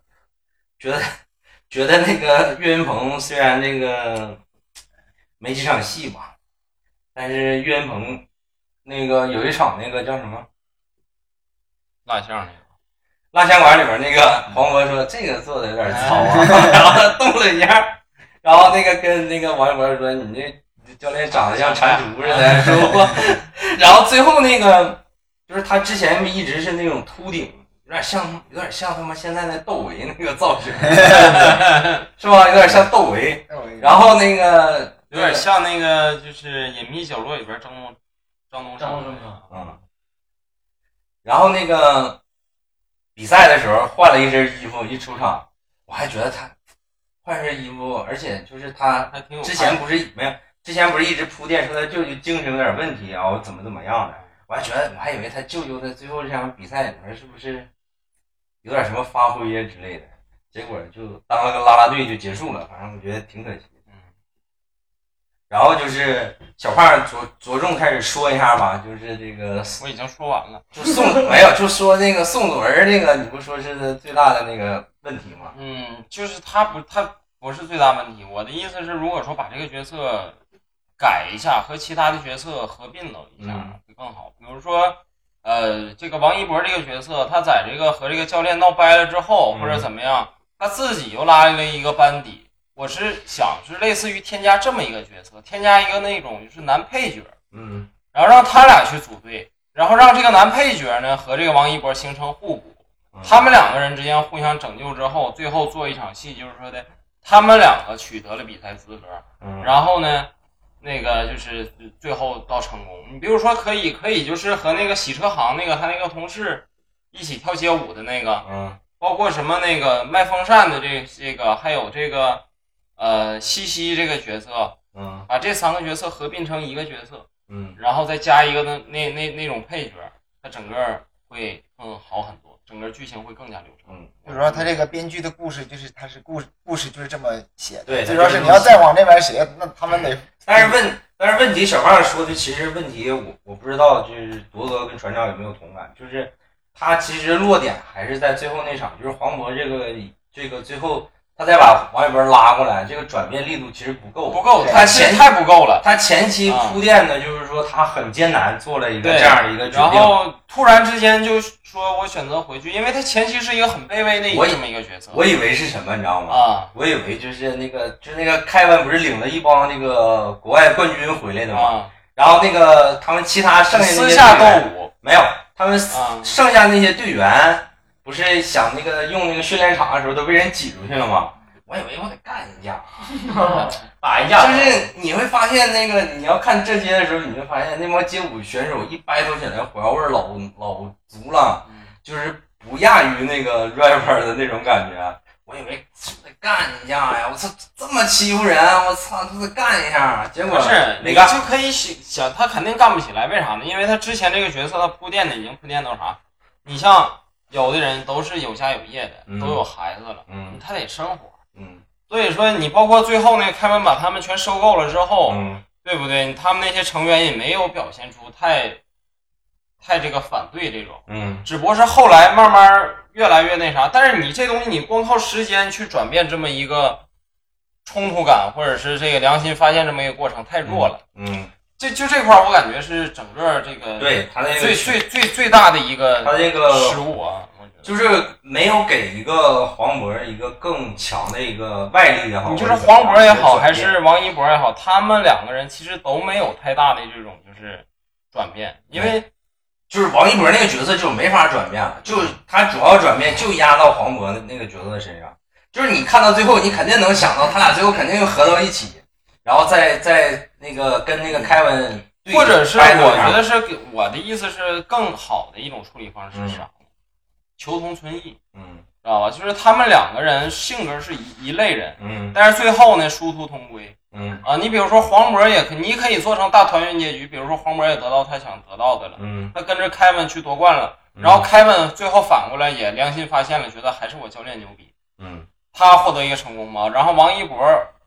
Speaker 1: 觉得觉得那个岳云鹏虽然那个没几场戏吧，但是岳云鹏那个有一场那个叫什么
Speaker 2: 蜡像那个。
Speaker 1: 蜡像馆里面那个
Speaker 2: 嗯
Speaker 1: 黄渤说这个做的有点
Speaker 2: 哎
Speaker 1: 糙啊， 然后他动了一下，然后那个跟那个王一博说你这你这教练长得像蟾蜍似
Speaker 2: 哎
Speaker 1: 的，说我， 然后最后那个就是他之前一直是那种秃顶，有点像有点像他妈现在那窦唯那个造 型，是吧？有点像窦唯，然后那个
Speaker 2: 有点像那个，就是《隐秘角落》里边张东张东
Speaker 3: 张
Speaker 2: 升
Speaker 3: 东升
Speaker 1: 嗯，然后那个比赛的时候换了一身衣服，一出场我还觉得他换身衣服，而且就是他
Speaker 2: 还挺有派。
Speaker 1: 之前不是没有，之前不是一直铺垫说他舅舅精神有点问题啊，我怎么怎么样的，我还觉得我还以为他舅舅在最后这场比赛里面是不是有点什么发挥呀之类的，结果就当了个啦啦队就结束了，反正我觉得挺可惜。
Speaker 2: 嗯
Speaker 1: 然后就是小胖着着重开始说一下吧，就是这个
Speaker 2: 我已经说完了。
Speaker 1: 就宋 没有，就说那个宋祖儿那个，你不说是最大的那个问题吗？
Speaker 2: 嗯，就是他不，他不是最大问题。我的意思是，如果说把这个角色改一下，和其他的角色合并了一下、
Speaker 1: 嗯
Speaker 2: 会更好。比如说，呃，这个王一博这个角色，他在这个和这个教练闹掰了之后，
Speaker 1: 嗯
Speaker 2: 或者怎么样，他自己又拉了一个班底。我是想是类似于添加这么一个角色，添加一个那种就是男配角，
Speaker 1: 嗯
Speaker 2: 然后让他俩去组队，然后让这个男配角呢和这个王一博形成互补。他们两个人之间互相拯救之后，最后做一场戏，就是说的他们两个取得了比赛资格，
Speaker 1: 嗯
Speaker 2: 然后呢，那个就是最后到成功。你比如说，可以可以就是和那个洗车行那个他那个同事一起跳街舞的那个，
Speaker 1: 嗯
Speaker 2: 包括什么那个卖风扇的这这个，还有这个呃西西这个角色，
Speaker 1: 嗯
Speaker 2: 把这三个角色合并成一个角色，
Speaker 1: 嗯
Speaker 2: 然后再加一个那那那那种配角，它整个会更好很多，整个剧情会更加流畅。
Speaker 1: 嗯，
Speaker 4: 就主要他这个编剧的故事就是他是故事故事就是这么写的，
Speaker 1: 对
Speaker 4: 最主要是你要再往那边写，那他们得
Speaker 1: 但是问，但是问题，小胖说的其实问题我，我不知道，就是铎哥跟船长有没有同感，就是他其实落点还是在最后那场，就是黄渤这个这个最后他再把王一博拉过来，这个转变力度其实不够，
Speaker 2: 不够，
Speaker 4: 对
Speaker 2: 他其实太不够了。
Speaker 1: 他前期铺垫的就是说他很艰难做了一个
Speaker 2: 啊对
Speaker 1: 这样一个决
Speaker 2: 然
Speaker 1: 定，
Speaker 2: 后突然之间就说我选择回去，因为他前期是一个很卑微的一
Speaker 1: 我
Speaker 2: 个
Speaker 1: 以
Speaker 2: 这么一个角色
Speaker 1: 我以为是什么，你知道吗？
Speaker 2: 啊
Speaker 1: 我以为就是那个，就是那个凯文不是领了一帮这个国外冠军回来的吗？
Speaker 2: 啊，
Speaker 1: 然后那个他们其他剩下那些
Speaker 2: 私下
Speaker 1: 队员
Speaker 2: 斗舞
Speaker 1: 没有，他们私
Speaker 2: 啊
Speaker 1: 剩下那些队员不是想那个用那个训练场的时候都被人挤出去了吗？我以为我得干人家，
Speaker 3: 打一架，
Speaker 1: 就是你会发现那个你要看这些的时候，你会发现那帮街舞选手一掰头起来火药味儿老老足了。
Speaker 2: 嗯
Speaker 1: 就是不亚于那个 rapper 的那种感觉。我以为得干一下呀！我操，这么欺负人！我操，就是干一下。结果
Speaker 2: 不是，
Speaker 1: 没
Speaker 2: 你
Speaker 1: 干。
Speaker 2: 就可以想想，他肯定干不起来，为啥呢？因为他之前这个角色，他铺垫的已经铺垫到啥？你像有的人都是有家有业的，
Speaker 1: 嗯
Speaker 2: 都有孩子了，
Speaker 1: 嗯
Speaker 2: 他得生活。
Speaker 1: 嗯
Speaker 2: 所以说，你包括最后那个开门把他们全收购了之后，
Speaker 1: 嗯
Speaker 2: 对不对？他们那些成员也没有表现出太太这个反对这种，
Speaker 1: 嗯
Speaker 2: 只不过是后来慢慢越来越那啥。但是你这东西，你光靠时间去转变这么一个冲突感，或者是这个良心发现这么一个过程，太弱了。
Speaker 1: 嗯，
Speaker 2: 这就这块儿，我感觉是整个这个
Speaker 1: 对他那个
Speaker 2: 最最最最大的一
Speaker 1: 他
Speaker 2: 个
Speaker 1: 这个
Speaker 2: 失误啊，我觉得。
Speaker 1: 就是没有给一个黄渤一个更强的一个外力也好，
Speaker 2: 你就是
Speaker 1: 或者
Speaker 2: 黄渤也好，
Speaker 1: 转变
Speaker 2: 还是王一博也好，他们两个人其实都没有太大的这种就是转变，因为
Speaker 1: 就是王一博那个角色就没法转变了，就他主要转变就压到黄渤那个角色的身上，就是你看到最后，你肯定能想到他俩最后肯定又合到一起，然后再再那个跟那个凯文对
Speaker 2: 或者是
Speaker 1: 掰到一
Speaker 2: 我
Speaker 1: 块儿
Speaker 2: 觉得是给我的意思是更好的一种处理方式是啥呢？求同存异，
Speaker 1: 嗯
Speaker 2: 知道吧？就是他们两个人性格是一一类人，
Speaker 1: 嗯
Speaker 2: 但是最后呢殊途同归
Speaker 1: 嗯
Speaker 2: 啊。你比如说黄渤也可，你可以做成大团圆结局，比如说黄渤也得到他想得到的了，
Speaker 1: 嗯，
Speaker 2: 他跟着凯文去夺冠了，然后凯文最后反过来也良心发现了，觉得还是我教练牛逼。
Speaker 1: 嗯
Speaker 2: 他获得一个成功嘛，然后王一博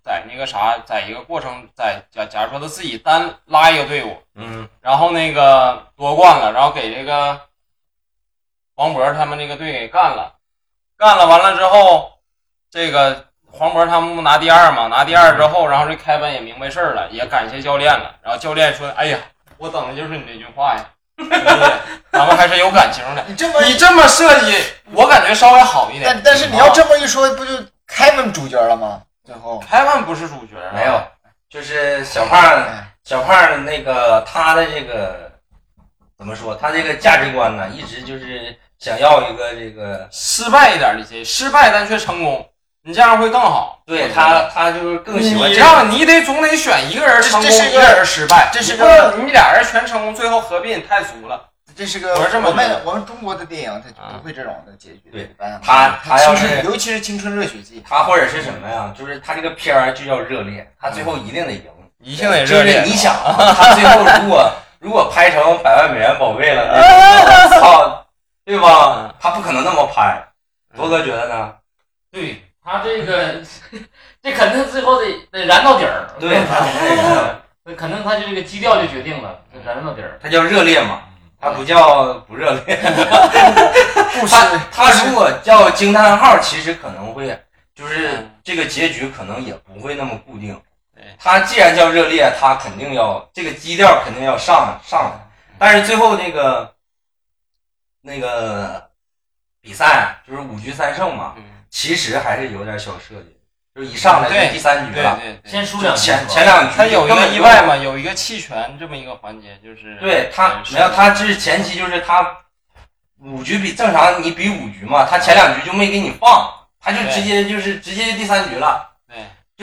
Speaker 2: 在那个啥，在一个过程，在假假如说他自己单拉一个队伍，
Speaker 1: 嗯
Speaker 2: 然后那个夺冠了，然后给这个黄渤他们这个队给干了，干了完了之后，这个黄渤他们不拿第二嘛，拿第二之后，然后这凯文也明白事儿了，也感谢教练了，然后教练说：“哎呀，我等的就是你这句话呀，咱们还是有感情的。”
Speaker 4: 你这么
Speaker 2: 你这么设计，我感觉稍微好一点。啊
Speaker 4: 但但是你要这么一说，不就开门主角了吗？最后
Speaker 2: 凯文不是主角，啊
Speaker 1: 没有，就是小胖
Speaker 4: 哎
Speaker 1: 小胖那个他的这个怎么说？他这个价值观呢，一直就是想要一个这个，
Speaker 2: 失败一点的结，失败但却成功，你这样会更好。
Speaker 1: 对他他就是更喜欢
Speaker 2: 你
Speaker 1: 这个。
Speaker 2: 让你得总得选一个人成功，
Speaker 4: 这这是
Speaker 2: 一
Speaker 4: 一个
Speaker 2: 人失败，
Speaker 4: 这是
Speaker 2: 你
Speaker 4: 个
Speaker 2: 不能你俩人全成功，最后合并太俗了。
Speaker 4: 这是个
Speaker 2: 我是这么
Speaker 4: 我
Speaker 2: 觉
Speaker 4: 们
Speaker 2: 得
Speaker 4: 我们中国的电影，它
Speaker 2: 啊
Speaker 4: 就不会这种的结局。
Speaker 1: 对
Speaker 4: 一般
Speaker 1: 他他要
Speaker 4: 青春
Speaker 1: 是
Speaker 4: 尤其是青春热血季，
Speaker 1: 他或者是什么呀？就是他这个片儿就叫热烈，他最后一定得赢。
Speaker 2: 一定得
Speaker 1: 就是你想，他最后如 果如果拍成百万美元宝贝了， 那种操，对吧？他不可能那么拍。多哥觉得呢？
Speaker 3: 对他这个，这肯定最后得得燃到底儿。
Speaker 1: 对，他这个
Speaker 3: 那肯定他就这个基调就决定了，燃到底儿。
Speaker 1: 他叫热烈嘛，
Speaker 2: 嗯
Speaker 1: 他不叫不热 烈。
Speaker 4: 故事
Speaker 1: 他他如果叫惊叹号，其实可能会就是这个结局可能也不会那么固定
Speaker 2: 嗯对。
Speaker 1: 他既然叫热烈，他肯定要这个基调肯定要上上来，
Speaker 2: 嗯
Speaker 1: 但是最后那个那个比赛啊就是五局三胜嘛，
Speaker 2: 嗯
Speaker 1: 其实还是有点小设计，就是一上来
Speaker 2: 对
Speaker 1: 就第三局
Speaker 2: 对
Speaker 1: 了，
Speaker 2: 对对，
Speaker 3: 先输两局
Speaker 1: 前前两局
Speaker 2: 他有一
Speaker 1: 根
Speaker 2: 个
Speaker 1: 本就
Speaker 2: 意外嘛，有一个弃权这么一个环节，就是
Speaker 1: 对他
Speaker 2: 嗯，是
Speaker 1: 没有他就是前期就是他五局比正常你比五局嘛，他前两局就没给你放，他就
Speaker 2: 对
Speaker 1: 直接就是直接第三局了，
Speaker 2: 对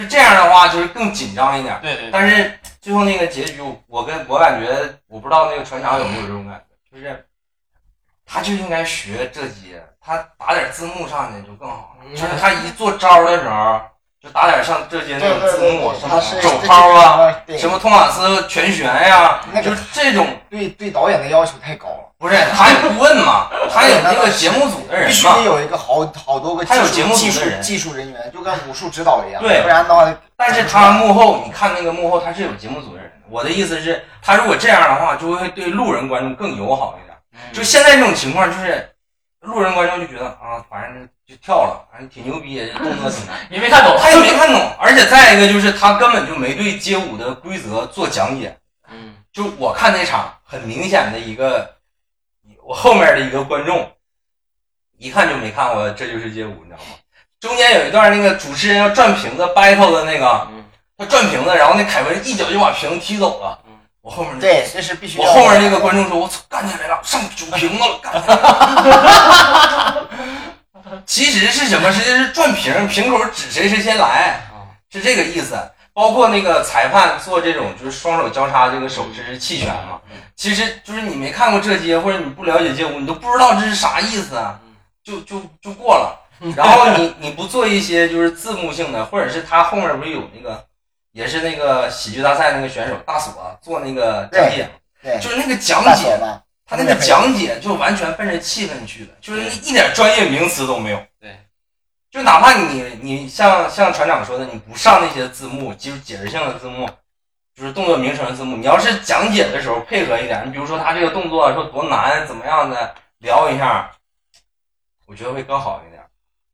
Speaker 1: 就这样的话就是更紧张一点。
Speaker 2: 对对对，
Speaker 1: 但是最后那个结局，我跟我感觉，我不知道那个船长有没有这种感觉，就是他就应该学这些，他打点字幕上去就更好了。就是他一做招的时候，就打点像这些
Speaker 4: 对
Speaker 1: 那种
Speaker 4: 对
Speaker 1: 字
Speaker 4: 对
Speaker 1: 幕，
Speaker 4: 对，
Speaker 1: 什
Speaker 4: 他是
Speaker 1: 么肘抛啊，，
Speaker 4: 对
Speaker 1: 什么托马斯全旋呀、
Speaker 4: 那
Speaker 1: 就
Speaker 4: 个
Speaker 1: 是这种。
Speaker 4: 对对导演的要求太高了，
Speaker 1: 不是，他有顾问嘛，他有那个节目组的人
Speaker 4: 必须得
Speaker 1: 嘛。
Speaker 4: 有一个好好多个技
Speaker 1: 他有节
Speaker 4: 术
Speaker 1: 目组
Speaker 4: 技
Speaker 1: 的
Speaker 4: 术
Speaker 1: 人
Speaker 4: 技术人员，就跟武术指导一样，
Speaker 1: 对
Speaker 4: 不然的话
Speaker 1: 但是他幕后，你看那个幕后，他是有节目组的人的。我的意思是，他如果这样的话，就会对路人观众更友好一点。
Speaker 2: 嗯
Speaker 1: 就现在这种情况，就是路人观众就觉得啊，反正就跳了，反正挺牛逼，动作挺难。
Speaker 3: 你没看懂，
Speaker 1: 他也没看懂，而且再一个就是他根本就没对街舞的规则做讲解。
Speaker 2: 嗯
Speaker 1: 就我看那场很明显的一个，我后面的一个观众，一看就没看过《这就是街舞》，你知道吗？中间有一段那个主持人要转瓶子 battle 的那个，
Speaker 2: 嗯
Speaker 1: 他转瓶子，然后那凯文一脚就把瓶子踢走了。我后面
Speaker 4: 对，这是必须。
Speaker 1: 我后面那个观，众说：“我操，干起来了，上酒瓶子了，干起来了。”其实是什么？实际是转瓶，瓶口指谁谁先来。
Speaker 2: 啊
Speaker 1: 是这个意思。包括那个裁判做这种就是双手交叉这个手势是弃权嘛，
Speaker 4: 嗯
Speaker 1: 其实就是你没
Speaker 4: 嗯
Speaker 1: 看过这些或者你不了解街舞，你都不知道这是啥意思啊，就就就过了。然后你你不做一些就是字幕性的，或者是他后面不是有那个，也是那个喜剧大赛那个选手大锁、做那个啊讲解，
Speaker 4: 对，
Speaker 1: 就是那个讲
Speaker 4: 大
Speaker 1: 解
Speaker 4: 锁，吧，
Speaker 1: 他那个讲解就完全奔着气氛去的，就是一点专业名词都没有。
Speaker 2: 对，
Speaker 1: 就哪怕你你像像船长说的，你不上那些字幕，就是解释性的字幕，就是动作名称的字幕，你要是讲解的时候配合一点，你比如说他这个动作说多难怎么样的聊一下，我觉得会更好一点。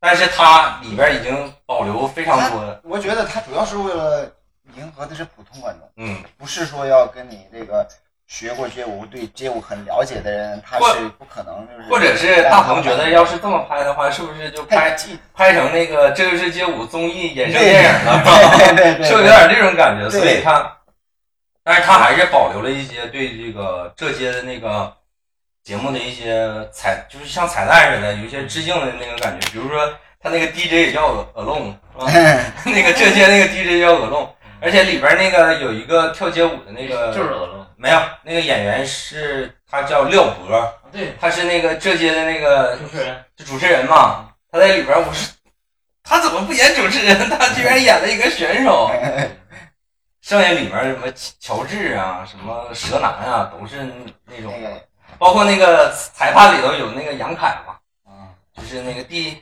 Speaker 1: 但是它里边已经保留非常多的，
Speaker 4: 我觉得他主要是为了迎合的是普通观众，
Speaker 1: 嗯，
Speaker 4: 不是说要跟你这个学过街舞、对街舞很了解的人，他
Speaker 1: 或
Speaker 4: 是不可能就是
Speaker 1: 或者是大鹏觉得要是这么拍的话，是不是就
Speaker 4: 太
Speaker 1: 拍
Speaker 4: 记，
Speaker 1: 拍成那个《这就是街舞》综艺衍生电影了？
Speaker 4: 对对对，
Speaker 1: 是有点这种感觉，
Speaker 4: 对
Speaker 1: 所以他，但是他还是保留了一些对这个这些的那个节目的一些彩，就是像彩蛋似的，有一些致敬的那个感觉。比如说他那个 DJ 也叫 Alone，是吧？ 那个这些那个 DJ 叫 Alone，而且里边那个有一个跳街舞的那个，
Speaker 3: 就是耳聋。
Speaker 1: 没有那个演员是他叫廖博，
Speaker 3: 对，
Speaker 1: 他是那个这些的那个
Speaker 3: 主持人
Speaker 1: 就主持人嘛，他在里边我是。他怎么不演主持人？他居然演了一个选手，剩下里面什么乔治啊，什么蛇男啊，都是那种
Speaker 4: 那，个
Speaker 1: 包括那个裁判里头有那个杨凯嘛，
Speaker 4: 嗯
Speaker 1: 就是那个第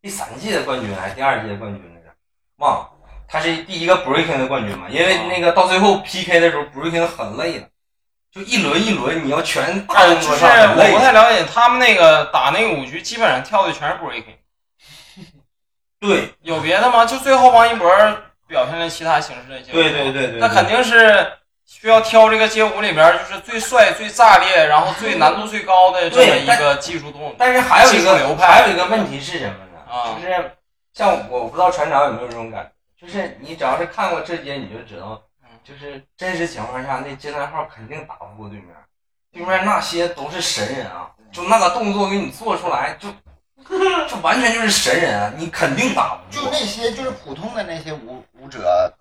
Speaker 1: 第三届的冠军还是第二届的冠军来着，忘了，他是第一个 breaking 的冠军嘛，因为那个到最后 PK 的时候 breaking 很累的，就一轮一轮你要全大动
Speaker 2: 啊就
Speaker 1: 作
Speaker 2: 是
Speaker 1: 上很
Speaker 2: 我
Speaker 1: 累
Speaker 2: 不，太了解他们那个打那个舞局，基本上跳的全是 breaking，
Speaker 1: 对
Speaker 2: 有别的吗？就最后王一博表现了其他形式的街舞。
Speaker 1: 对对对对，
Speaker 2: 那肯定是需要挑这个街舞里边儿就是最帅、最炸裂，然后最难度最高的这么一个技术动作
Speaker 1: 但是还有一
Speaker 2: 技术流
Speaker 1: 个
Speaker 2: 派
Speaker 1: 还有一个问题是什么呢？
Speaker 2: 啊
Speaker 1: 就。是像我不知道船长有没有这种感觉，就是你只要是看过这些，你就知道
Speaker 2: 嗯，
Speaker 1: 就是真实情况下那金三号肯定打不过对面，对面那些都是神人啊，就那个动作给你做出来 就。就完全就是神人啊，你肯定打不
Speaker 4: 就
Speaker 1: 过。
Speaker 4: 那些就是普通的那些舞舞者，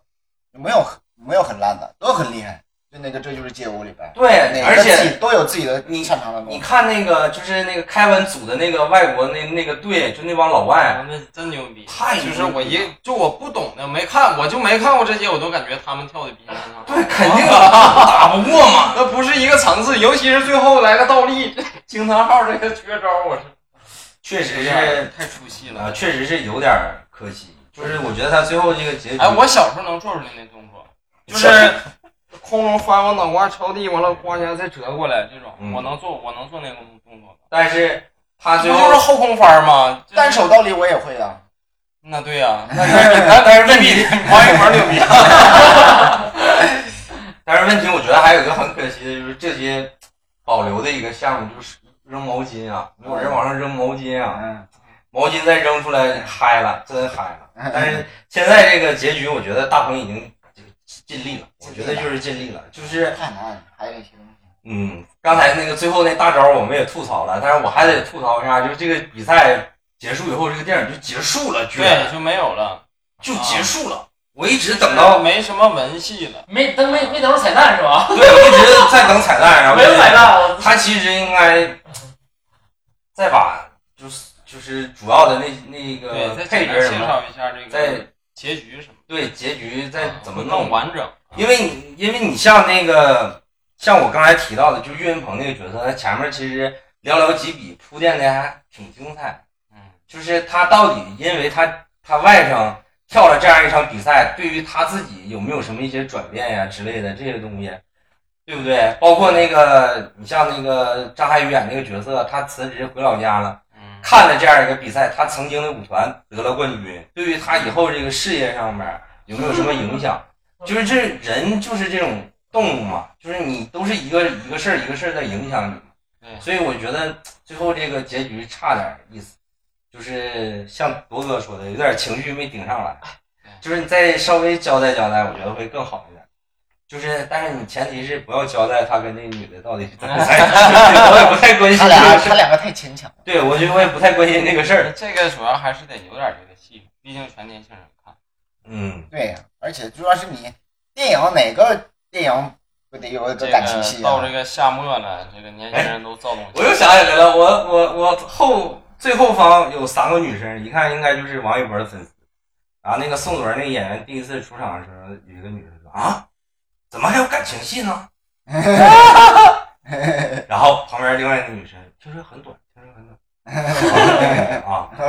Speaker 4: 没有很没有很烂的，都很厉害。就那个这就是街舞里边，
Speaker 1: 对，
Speaker 4: 那个
Speaker 1: 而
Speaker 4: 自
Speaker 1: 且
Speaker 4: 己都有自己的
Speaker 1: 你
Speaker 4: 擅长的东
Speaker 1: 你
Speaker 4: 西。
Speaker 1: 看那个，就是那个凯文组的那个外国那那个队，就那帮老外，
Speaker 2: 那真牛逼！
Speaker 1: 太牛逼
Speaker 2: 就是我一就我不懂的，没看，我就没看过这些，我都感觉他们跳的比你好。
Speaker 1: 对，肯定打不过嘛。
Speaker 2: 那不是一个层次，尤其是最后来个倒立， 惊叹号这个绝招，我是
Speaker 1: 确实
Speaker 2: 有点
Speaker 1: 是
Speaker 2: 儿太出戏了。
Speaker 1: 啊，确实是有点儿可惜。就是我觉得他最后这个结局，
Speaker 2: 哎，我小时候能做出来那动作，就是空中翻往脑瓜朝地，完了呱一下再折过来这种，
Speaker 1: 嗯
Speaker 2: 我能做，我能做那个动作。
Speaker 1: 但是他
Speaker 2: 不
Speaker 1: 最
Speaker 2: 就是
Speaker 1: 后，
Speaker 2: 后空翻吗？就是
Speaker 4: 单手倒立我也会啊，
Speaker 2: 那对呀、
Speaker 1: 但是但是问题，
Speaker 2: 王一博牛逼。
Speaker 1: 但是问题，我觉得还有一个很可惜的就是这些保留的一个项目就是扔毛巾啊，有人往上扔毛巾啊，
Speaker 4: 嗯，
Speaker 1: 毛巾再扔出来嗨了，真嗨了。但是现在这个结局，我觉得大鹏已经尽力了，我觉得就是尽力了，就是
Speaker 4: 太难了，还有一些东西。
Speaker 1: 嗯，刚才那个最后那大招我们也吐槽了，但是我还得吐槽一下，就是这个比赛结束以后，这个电影就结束了，居然
Speaker 2: 对，就没有了，
Speaker 1: 就结束了。啊我一直等到，
Speaker 2: 没什么文戏了。
Speaker 3: 没等没没等着彩蛋是吧？
Speaker 1: 对，我一直在等彩蛋，然后
Speaker 3: 没有彩。蛋，我
Speaker 1: 他其实应该再把就是就是主要的那那
Speaker 2: 对，
Speaker 1: 个
Speaker 2: 再
Speaker 1: 配
Speaker 2: 简
Speaker 1: 角
Speaker 2: 单
Speaker 1: 什
Speaker 2: 介
Speaker 1: 么，
Speaker 2: 绍一下这个
Speaker 1: 再
Speaker 2: 结局什么，
Speaker 1: 对结局再怎么弄
Speaker 2: 弄完整？
Speaker 1: 因为你因为你像那个像我刚才提到的，就岳云鹏那个角色，他前面其实寥寥几笔铺垫的还挺精彩。
Speaker 2: 嗯，
Speaker 1: 就是他到底因为他他外甥跳了这样一场比赛，对于他自己有没有什么一些转变呀之类的这些东西，对不对？包括那个你像那个张涵予演那个角色，他辞职回老家了。
Speaker 2: 嗯，
Speaker 1: 看了这样一个比赛，他曾经的舞团得了冠军，对于他以后这个事业上面有没有什么影 响？就是这人就是这种动物嘛，就是你都是一个一个事儿一个事儿在影响
Speaker 2: 对
Speaker 1: 你，所以我觉得最后这个结局差点意思，就是像铎哥说的，有点情绪没顶上
Speaker 4: 哎
Speaker 1: 来，就是你再稍微交代交代，我觉得会更好一点。就是，但是你前提是不要交代他跟那女的到底怎么 在一起，我也不太关心
Speaker 4: 他
Speaker 1: 这个
Speaker 4: 俩
Speaker 1: 事
Speaker 4: 他
Speaker 1: 儿。
Speaker 4: 两个太牵强了，
Speaker 1: 对，我就我也不太关心这个事儿。
Speaker 2: 这个主要还是得有点这个戏，毕竟全年轻人看。
Speaker 1: 嗯，
Speaker 4: 对呀、而且主要是你电影哪个电影不得有一
Speaker 2: 这
Speaker 4: 个感情戏
Speaker 2: 到
Speaker 4: 啊
Speaker 2: 这？个夏末了，这个年轻人都躁动起
Speaker 1: 我
Speaker 2: 来。
Speaker 1: 又想起来了，我我我后最后方有三个女生，一看应该就是王一博的粉丝。然后那个宋祖儿那个演员第一次出场的时候，有一个女生说：“啊，怎么还有感情戏呢？” 然后旁边另外一个女生听说很短，听说很短啊，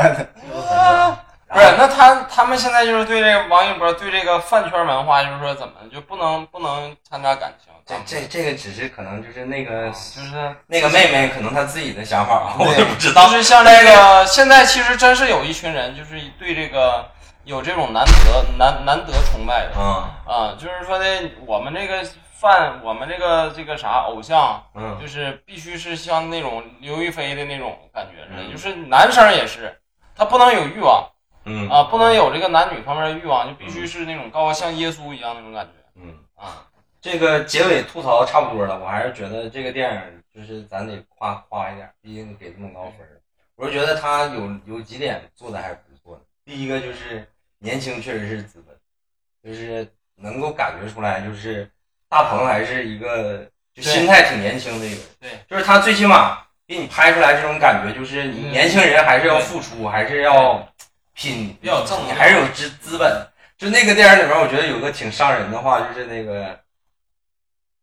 Speaker 2: 不是，那他他们现在就是对这个王一博对这个饭圈文化，就是说怎么就不能不能掺杂感情？
Speaker 1: 这这这个只是可能就是那
Speaker 2: 啊
Speaker 1: 个
Speaker 2: 就是
Speaker 1: 那个妹妹可能她自己的想法，我
Speaker 4: 对
Speaker 1: 也不知
Speaker 2: 就
Speaker 1: 道。
Speaker 2: 是像这个现在其实真是有一群人就是对这个有这种难得难难得崇拜的
Speaker 1: 嗯
Speaker 2: 啊，就是说的我们这个饭我们这个这个啥偶像，
Speaker 1: 嗯
Speaker 2: 就是必须是像那种刘亦菲的那种感觉似的，
Speaker 1: 嗯
Speaker 2: 就是男生也是，他不能有欲望。
Speaker 1: 嗯
Speaker 2: 啊，不能有这个男女方面的欲望，就必须是那种高像耶稣一样那种感觉
Speaker 1: 嗯，
Speaker 2: 啊。
Speaker 1: 这个结尾吐槽差不多了，我还是觉得这个电影就是咱得夸夸一点，毕竟给这么高分儿。我是觉得他有有几点做的还是不错的。第一个就是年轻确实是资本，就是能够感觉出来，就是大鹏还是一个就
Speaker 2: 对
Speaker 1: 心态挺年轻的一个人。
Speaker 2: 对，
Speaker 1: 就是他最起码给你拍出来这种感觉，就是你
Speaker 2: 嗯
Speaker 1: 年轻人还是要付出，还是要拼，
Speaker 2: 比较正
Speaker 1: 你还是有资资本。就那个电影里面，我觉得有个挺伤人的话，就是那个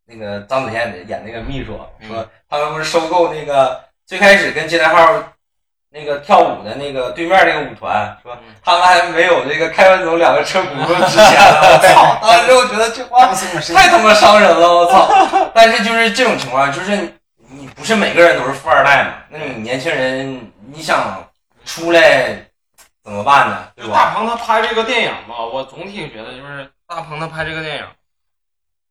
Speaker 1: 那个张子健演那个秘书说，他们不是收购那个最开始跟金泰浩那个跳舞的那个对面那个舞团，说
Speaker 2: 嗯
Speaker 1: 他们还没有这个开完总两个车轱辘之前呢。我操！当时我觉得这话
Speaker 4: 张颂是
Speaker 1: 太他妈伤人了，我操！ 但是就是这种情况，就是你你不是每个人都是富二代嘛？那你年轻人你想出来怎么办呢？对
Speaker 2: 就
Speaker 1: 吧？
Speaker 2: 大鹏他拍这个电影吧，我总体觉得就是大鹏他拍这个电影，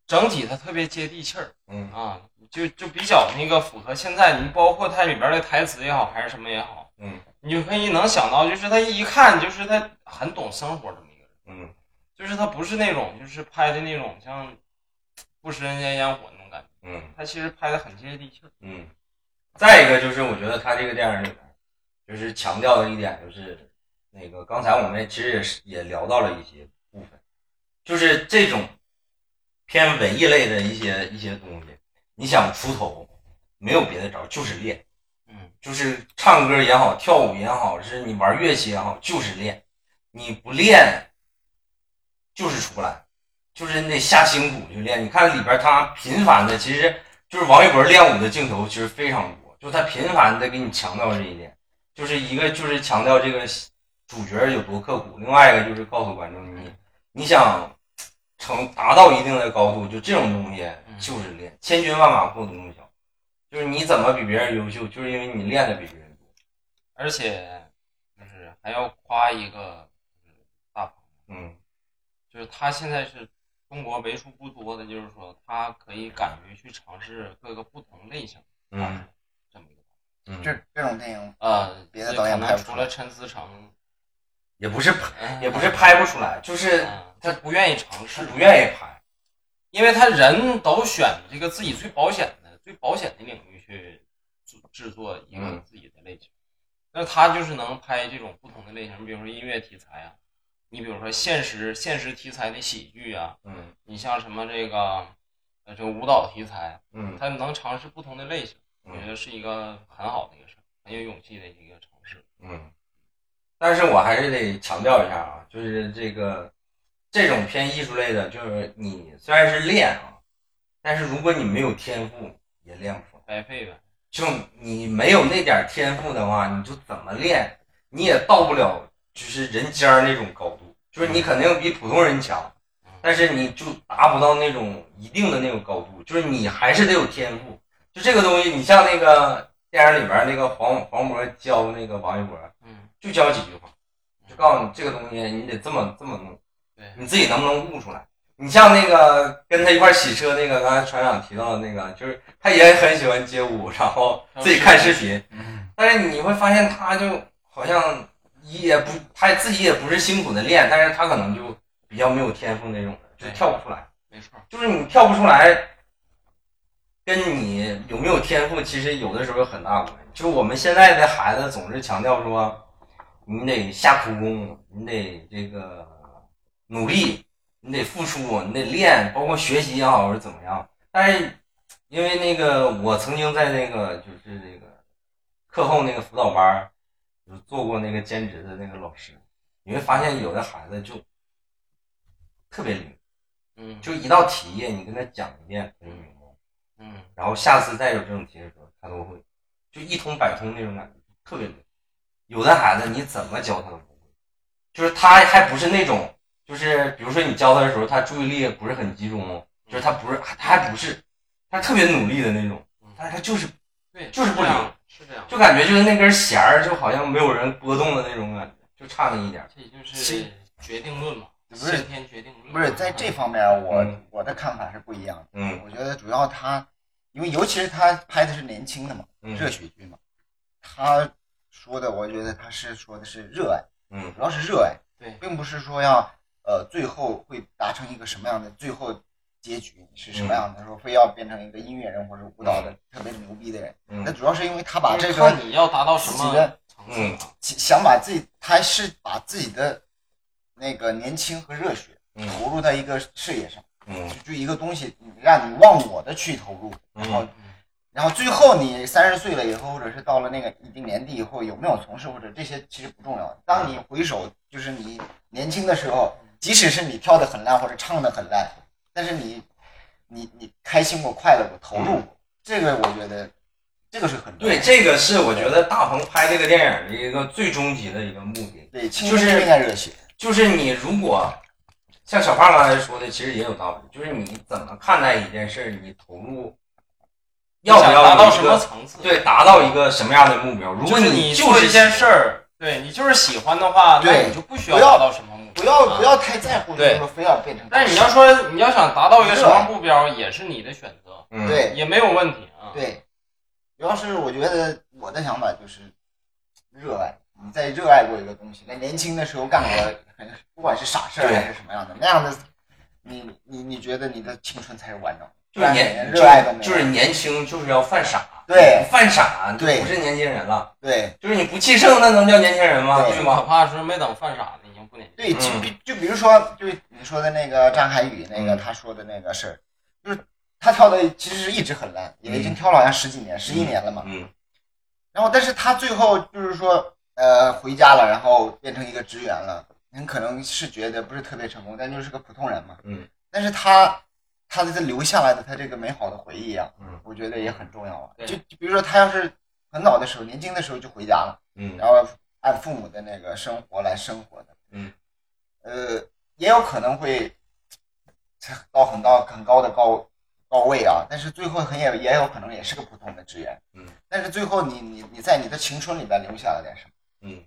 Speaker 2: 整体他特别接地气儿
Speaker 1: 嗯
Speaker 2: 啊，就就比较那个符合现在你包括它里边的台词也好，还是什么也好，
Speaker 1: 嗯，
Speaker 2: 你就可以能想到，就是他一看就是他很懂生活这么一个人，
Speaker 1: 嗯
Speaker 2: 就是他不是那种就是拍的那种像不食人间烟火那种感觉，
Speaker 1: 嗯
Speaker 2: 他其实拍的很接地气儿。
Speaker 1: 嗯。再一个就是，我觉得他这个电影里面，就是强调的一点就是，那个刚才我们其实也是也聊到了一些部分，就是这种偏文艺类的一些一些东西，你想出头，没有别的招儿，就是练。
Speaker 2: 嗯，
Speaker 1: 就是唱歌也好，跳舞也好，是你玩乐器也好，就是练。你不练，就是出不来，就是你得下辛苦去练。你看里边他频繁的，其实就是王一博练舞的镜头其实非常多，就是他频繁的给你强调这一点，就是一个就是强调这个主角有多刻苦，另外一个就是告诉观众你你想成达到一定的高度，就这种东西就是练，千军万马过独木桥。就是你怎么比别人优秀，就是因为你练的比别人多。
Speaker 2: 而且就是还要夸一个就是大鹏，
Speaker 1: 嗯
Speaker 2: 就是他现在是中国为数不多的，就是说他可以敢于去尝试各个不同类型的大
Speaker 1: 嗯
Speaker 2: 鹏这么一个
Speaker 1: 嗯，
Speaker 4: 这这种电影，
Speaker 2: 呃，
Speaker 4: 别的导演
Speaker 2: 可
Speaker 4: 拍
Speaker 2: 能
Speaker 4: 不出
Speaker 2: 除
Speaker 4: 来
Speaker 2: 了陈思诚，
Speaker 1: 也不是拍啊
Speaker 2: 嗯
Speaker 1: 也不是拍不出来，就是
Speaker 2: 嗯他不愿意尝
Speaker 1: 他
Speaker 2: 试，
Speaker 1: 不愿意拍。
Speaker 2: 因为他人都选这个自己最保险的、最保险的领域去制制作一个
Speaker 1: 嗯
Speaker 2: 自己的类型。那他就是能拍这种不同的类型，比如说音乐题材啊，你比如说现实现实题材的喜剧啊，
Speaker 1: 嗯
Speaker 2: 你像什么这个呃这个舞蹈题材，
Speaker 1: 嗯
Speaker 2: 他能尝试不同的类型，我觉
Speaker 1: 嗯
Speaker 2: 得是一个很好的一个事儿，很有勇气的一个尝试。
Speaker 1: 嗯。但是我还是得强调一下啊，就是这个这种偏艺术类的，就是你虽然是练啊，但是如果你没有天赋，也练不出来。
Speaker 2: 白费呗，
Speaker 1: 就你没有那点儿天赋的话，你就怎么练，你也到不了就是人尖儿那种高度。就是你肯定比普通人强，但是你就达不到那种一定的那种高度。就是你还是得有天赋。就这个东西，你像那个电影里边儿那个黄黄渤教那个王一博，
Speaker 2: 嗯，
Speaker 1: 就教几句话，就告诉你这个东西你得这么这么弄。
Speaker 2: 对，
Speaker 1: 你自己能不能悟出来？你像那个跟他一块儿洗车那个，刚才船长提到的那个，就是他也很喜欢街舞，然后自己看视频，但是你会发现他就好像也不，他自己也不是辛苦的练，但是他可能就比较没有天赋那种人，就
Speaker 2: 对
Speaker 1: 跳不出来。
Speaker 2: 没错儿，
Speaker 1: 就是你跳不出来，跟你有没有天赋，其实有的时候有很大关系。就是我们现在的孩子总是强调说，你得下苦功，你得这个努力，你得付出，你得练，包括学习也好是怎么样。但是因为那个，我曾经在那个就是这个课后那个辅导班儿就是做过那个兼职的那个老师，你会发现有的孩子就特别灵，
Speaker 2: 嗯
Speaker 1: 就一道题你跟他讲一遍他就明白了，
Speaker 2: 嗯
Speaker 1: 然后下次再有这种题的时候他都会，就一通百通那种感觉，特别灵。有的孩子你怎么教他都不会，就是他还不是那种，就是比如说你教他的时候，他注意力不是很集中，哦就是他不是他还不是，他是特别努力的那种，但是他就是
Speaker 2: 对，
Speaker 1: 就是不
Speaker 2: 这
Speaker 1: 灵
Speaker 2: 样，是这样，
Speaker 1: 就感觉就是那根弦儿，就好像没有人拨动的那种感觉，就差那一点儿。
Speaker 2: 这就是决定论嘛，
Speaker 4: 不是
Speaker 2: 先天决定论。
Speaker 4: 不是在这方面我，我的看法是不一样的。
Speaker 1: 嗯
Speaker 4: 我觉得主要他，因为尤其是他拍的是年轻的嘛，热
Speaker 1: 嗯
Speaker 4: 血剧嘛，他说的，我觉得他是说的是热爱，
Speaker 1: 嗯
Speaker 4: 主要是热爱，
Speaker 2: 对
Speaker 4: 并不是说要呃最后会达成一个什么样的最后结局是什么样
Speaker 2: 嗯
Speaker 4: 的，说非要变成一个音乐人或者舞蹈的特别牛逼的人，那
Speaker 1: 嗯
Speaker 4: 主要是因为他把
Speaker 2: 啊就
Speaker 4: 这
Speaker 2: 是
Speaker 4: 个
Speaker 2: 看你要达到什
Speaker 4: 自己
Speaker 2: 么
Speaker 4: 的
Speaker 2: 层次
Speaker 1: 嗯
Speaker 2: 啊。
Speaker 4: 想把自己，他是把自己的那个年轻和热血
Speaker 1: 嗯
Speaker 4: 投入到一个事业上。
Speaker 1: 嗯
Speaker 4: 就就一个东西，让你忘我的去投入，然后
Speaker 1: 嗯，
Speaker 4: 然后最后你三十岁了以后，或者是到了那个一定年纪以后，有没有从事或者这些其实不重要。当你回首，就是你年轻的时候，即使是你跳的很烂或者唱的很烂，但是你你你开心过、快乐过、投入
Speaker 2: 嗯
Speaker 4: 过，这个我觉得这个是很重要
Speaker 1: 对，
Speaker 4: 的
Speaker 1: 这个是我觉得大鹏拍这个电影的一个最终极的一个目的，
Speaker 4: 对，青
Speaker 1: 就是
Speaker 4: 春应该热血，
Speaker 1: 就是你如果像小胖刚才说的，其实也有道理，就是你怎么看待一件事儿，你投入要不
Speaker 2: 想达
Speaker 1: 要
Speaker 2: 到
Speaker 1: 有
Speaker 2: 什
Speaker 1: 一
Speaker 2: 么
Speaker 1: 个
Speaker 2: 层次？，
Speaker 1: 对达到一个什么样的目标？如
Speaker 2: 如果
Speaker 1: 果
Speaker 2: 你
Speaker 1: 就
Speaker 2: 做
Speaker 1: 是
Speaker 2: 这件事儿，对你就是喜欢的话，那
Speaker 4: 对
Speaker 2: 你就不需要达到什么目标。
Speaker 4: 不要
Speaker 2: 啊
Speaker 4: 不要。太在乎，就
Speaker 2: 对
Speaker 4: 是说非要变成。
Speaker 2: 但是你要说你要想达到一个什么目标，也是你的选择，
Speaker 1: 嗯
Speaker 4: 对
Speaker 2: 也没有问题啊。
Speaker 4: 对，主要是我觉得我的想法就是热爱。你在热爱过一个东西，在年轻的时候干过很，不管是傻事儿
Speaker 1: 对
Speaker 4: 还是什么样的，那样的，你你你觉得你的青春才是完整的，
Speaker 1: 就是
Speaker 4: 不然
Speaker 1: 年
Speaker 4: 你热爱的没有
Speaker 1: 就是年轻就是要犯傻，
Speaker 4: 对
Speaker 1: 犯傻就
Speaker 4: 对
Speaker 1: 不是年轻人了，
Speaker 4: 对
Speaker 1: 就是你不气盛那能叫年轻人吗？
Speaker 4: 对
Speaker 1: 对
Speaker 2: 可
Speaker 1: 吗？
Speaker 2: 怕是没等犯傻呢，已经不年轻。
Speaker 4: 对，就
Speaker 1: 嗯
Speaker 4: 比就比如说，就是你说的那个张涵予那个
Speaker 1: 嗯
Speaker 4: 他说的那个事儿，就是他跳的其实是一直很烂，也已经跳了好像十几年、十一年了嘛。
Speaker 1: 嗯
Speaker 4: 然后，但是他最后就是说，呃，回家了，然后变成一个职员了，很可能是觉得不是特别成功，但就是个普通人嘛。
Speaker 1: 嗯。
Speaker 4: 但是他他的留下来的他这个美好的回忆啊，
Speaker 1: 嗯
Speaker 4: 我觉得也很重要啊。
Speaker 2: 对
Speaker 4: 就就比如说他要是很早的时候，年轻的时候就回家了，
Speaker 1: 嗯
Speaker 4: 然后按父母的那个生活来生活的，
Speaker 1: 嗯，
Speaker 4: 呃，也有可能会到很高很高的高高位啊，但是最后很也也有可能也是个普通的职员，
Speaker 1: 嗯，
Speaker 4: 但是最后你你你在你的青春里边留下了点什么？
Speaker 1: 嗯，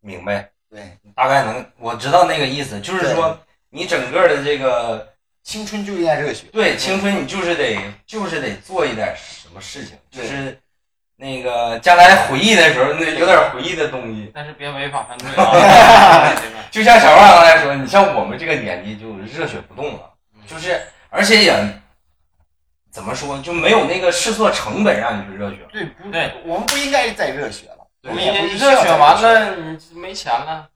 Speaker 1: 明白。
Speaker 4: 对，
Speaker 1: 大概能我知道那个意思，就是说你整个的这个
Speaker 4: 青春就应该热血，
Speaker 1: 对青春，你就是得就是得做一点什么事情，就
Speaker 4: 对
Speaker 1: 是那个将来回忆的时候，那有点回忆的东西。
Speaker 2: 但是别违法犯罪 啊！对吧
Speaker 1: 就像小胖刚才说，你像我们这个年纪就热血不动了，
Speaker 4: 嗯
Speaker 1: 就是而且也怎么说，就没有那个试错成本让你去热血了。
Speaker 4: 对不
Speaker 2: 对，
Speaker 4: 我们不应该再热血了。我们
Speaker 2: 你
Speaker 4: 也不
Speaker 2: 你
Speaker 4: 需要
Speaker 2: 热
Speaker 4: 再
Speaker 2: 血完，了，你没钱了，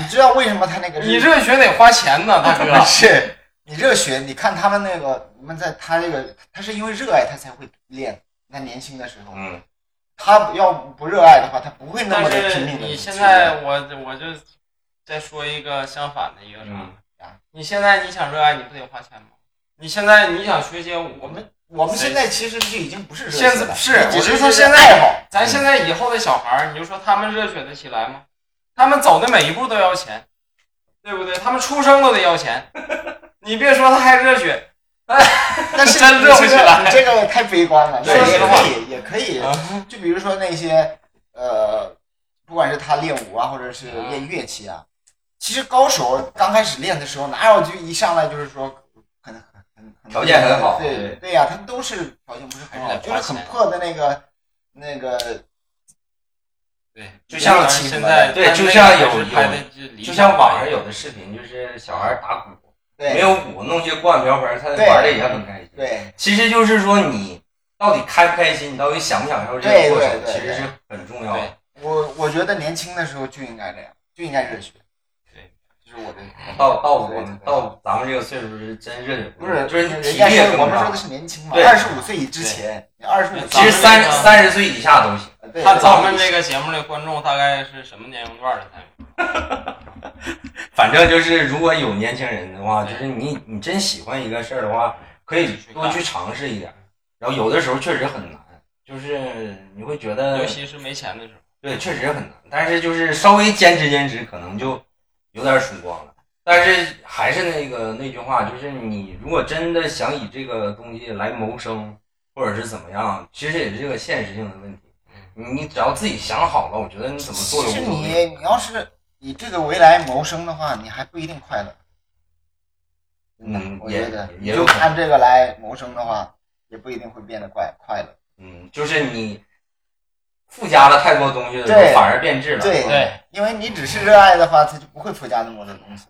Speaker 4: 你知道为什么他那个。
Speaker 2: 你热血得花钱呢，大哥
Speaker 4: 是你热血，你看他们那个，你们在他这个，他是因为热爱他才会练。那年轻的时候，
Speaker 1: 嗯，
Speaker 4: 他要不热爱的话，他不会那么
Speaker 2: 但
Speaker 4: 的拼
Speaker 2: 是
Speaker 4: 命的。
Speaker 2: 你现在我我就再说一个相反的一个啥、
Speaker 1: 嗯
Speaker 2: 你现在你想热爱，你不得花钱吗？你现在你想学街舞，
Speaker 4: 我们我们现在其实就已经不是热血
Speaker 2: 现在
Speaker 4: 了，
Speaker 2: 是
Speaker 4: 你只
Speaker 2: 我就是哎说现在
Speaker 4: 爱好。
Speaker 1: 嗯
Speaker 2: 咱现在以后的小孩儿，你就说他们热血得起来吗？他们走的每一步都要钱，对不对？他们出生都得要钱，你别说他还热血，
Speaker 4: 但是
Speaker 2: 真热不起来
Speaker 4: 你这个你这个太悲观了。
Speaker 2: 说
Speaker 4: 也
Speaker 2: 实话
Speaker 4: 可以，也可以。
Speaker 2: 嗯
Speaker 4: 就比如说那些呃，不管是他练舞啊，或者是
Speaker 2: 嗯
Speaker 4: 练乐器啊，其实高手刚开始练的时候，哪有就一上来就是说很很很很
Speaker 1: 条件很好
Speaker 4: 对
Speaker 1: 对
Speaker 4: 对呀、他们都是条件不是很好，
Speaker 2: 还是得
Speaker 4: 就
Speaker 2: 花
Speaker 4: 是
Speaker 2: 钱
Speaker 4: 很破的那个那个。
Speaker 2: 对，
Speaker 1: 就像
Speaker 2: 现在
Speaker 1: 对就像有就像网上有的视频，就是小孩打鼓，没
Speaker 4: 对
Speaker 1: 有鼓，弄些锅碗瓢盆，他
Speaker 4: 对
Speaker 1: 玩的也很开心。
Speaker 4: 对
Speaker 1: 其实就是说你到底开不开心，你到底享不享受这
Speaker 4: 对
Speaker 1: 个过
Speaker 4: 对
Speaker 1: 程，
Speaker 4: 对
Speaker 1: 其实是很重要的。
Speaker 2: 对
Speaker 4: 我我觉得年轻的时候就应该这样，就应该热血。
Speaker 2: 对，
Speaker 4: 就是我我的
Speaker 1: 到到我们到咱们这个岁数是真是
Speaker 4: 不是
Speaker 1: 嗯就是
Speaker 4: 人
Speaker 1: 体
Speaker 4: 家
Speaker 1: 力也
Speaker 4: 说
Speaker 1: 跟
Speaker 4: 我
Speaker 1: 不
Speaker 4: 们说
Speaker 1: 上
Speaker 4: 的。是年轻嘛，
Speaker 1: 对
Speaker 4: 二十五岁以之前，你二十五
Speaker 1: 其实三
Speaker 2: 咱们
Speaker 1: 三十岁以下都行，
Speaker 2: 看
Speaker 4: 他
Speaker 2: 咱们这个节目的观众大概是什么年龄段的才？
Speaker 1: 反正就是如果有年轻人的话，就是你你真喜欢一个事儿的话，可以多去尝试一点。然后有的时候确实很难，就是你会觉得
Speaker 2: 尤其是没钱的时候。
Speaker 1: 对，确实很难，但是就是稍微坚持坚持，可能就有点曙光了。但是还是那个那句话，就是你如果真的想以这个东西来谋生，或者是怎么样，其实也是个现实性的问题。你只要自己想好了，我觉得你怎么做
Speaker 4: 其
Speaker 1: 都
Speaker 4: 实
Speaker 1: 无所
Speaker 4: 你
Speaker 1: 谓。
Speaker 4: 你要是以这个为来谋生的话，你还不一定快乐。
Speaker 1: 嗯
Speaker 4: 我
Speaker 1: 也
Speaker 4: 觉得
Speaker 1: 也
Speaker 4: 你
Speaker 1: 有
Speaker 4: 就
Speaker 1: 可能
Speaker 4: 按这个来谋生的话，也不一定会变得快快乐。
Speaker 1: 嗯，就是你附加了太多东西的时候，
Speaker 4: 对
Speaker 1: 反而变质了。
Speaker 4: 对
Speaker 2: 对，
Speaker 4: 因为你只是热爱的话，他就不会附加那么多东西。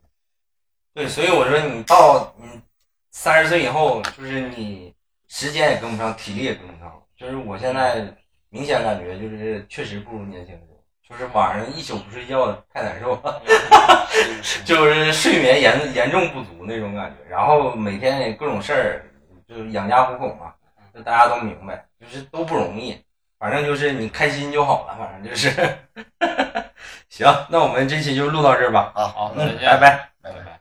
Speaker 1: 对，所以我说你到嗯三十岁以后，就是你时间也跟不上，体力也跟不上。就是我现在明显感觉就是确实不如年轻时候，就是晚上一宿不睡觉太难受了，
Speaker 2: 嗯
Speaker 1: 就是睡眠严严重不足那种感觉。然后每天也各种事儿，就是养家糊口嘛，就大家都明白，就是都不容易。反正就是你开心就好了，反正 就是。行，那我们这期就录到这儿吧，
Speaker 4: 好，
Speaker 2: 好，
Speaker 4: 嗯
Speaker 2: 再见，
Speaker 1: 拜拜。
Speaker 4: 拜拜。
Speaker 2: 拜拜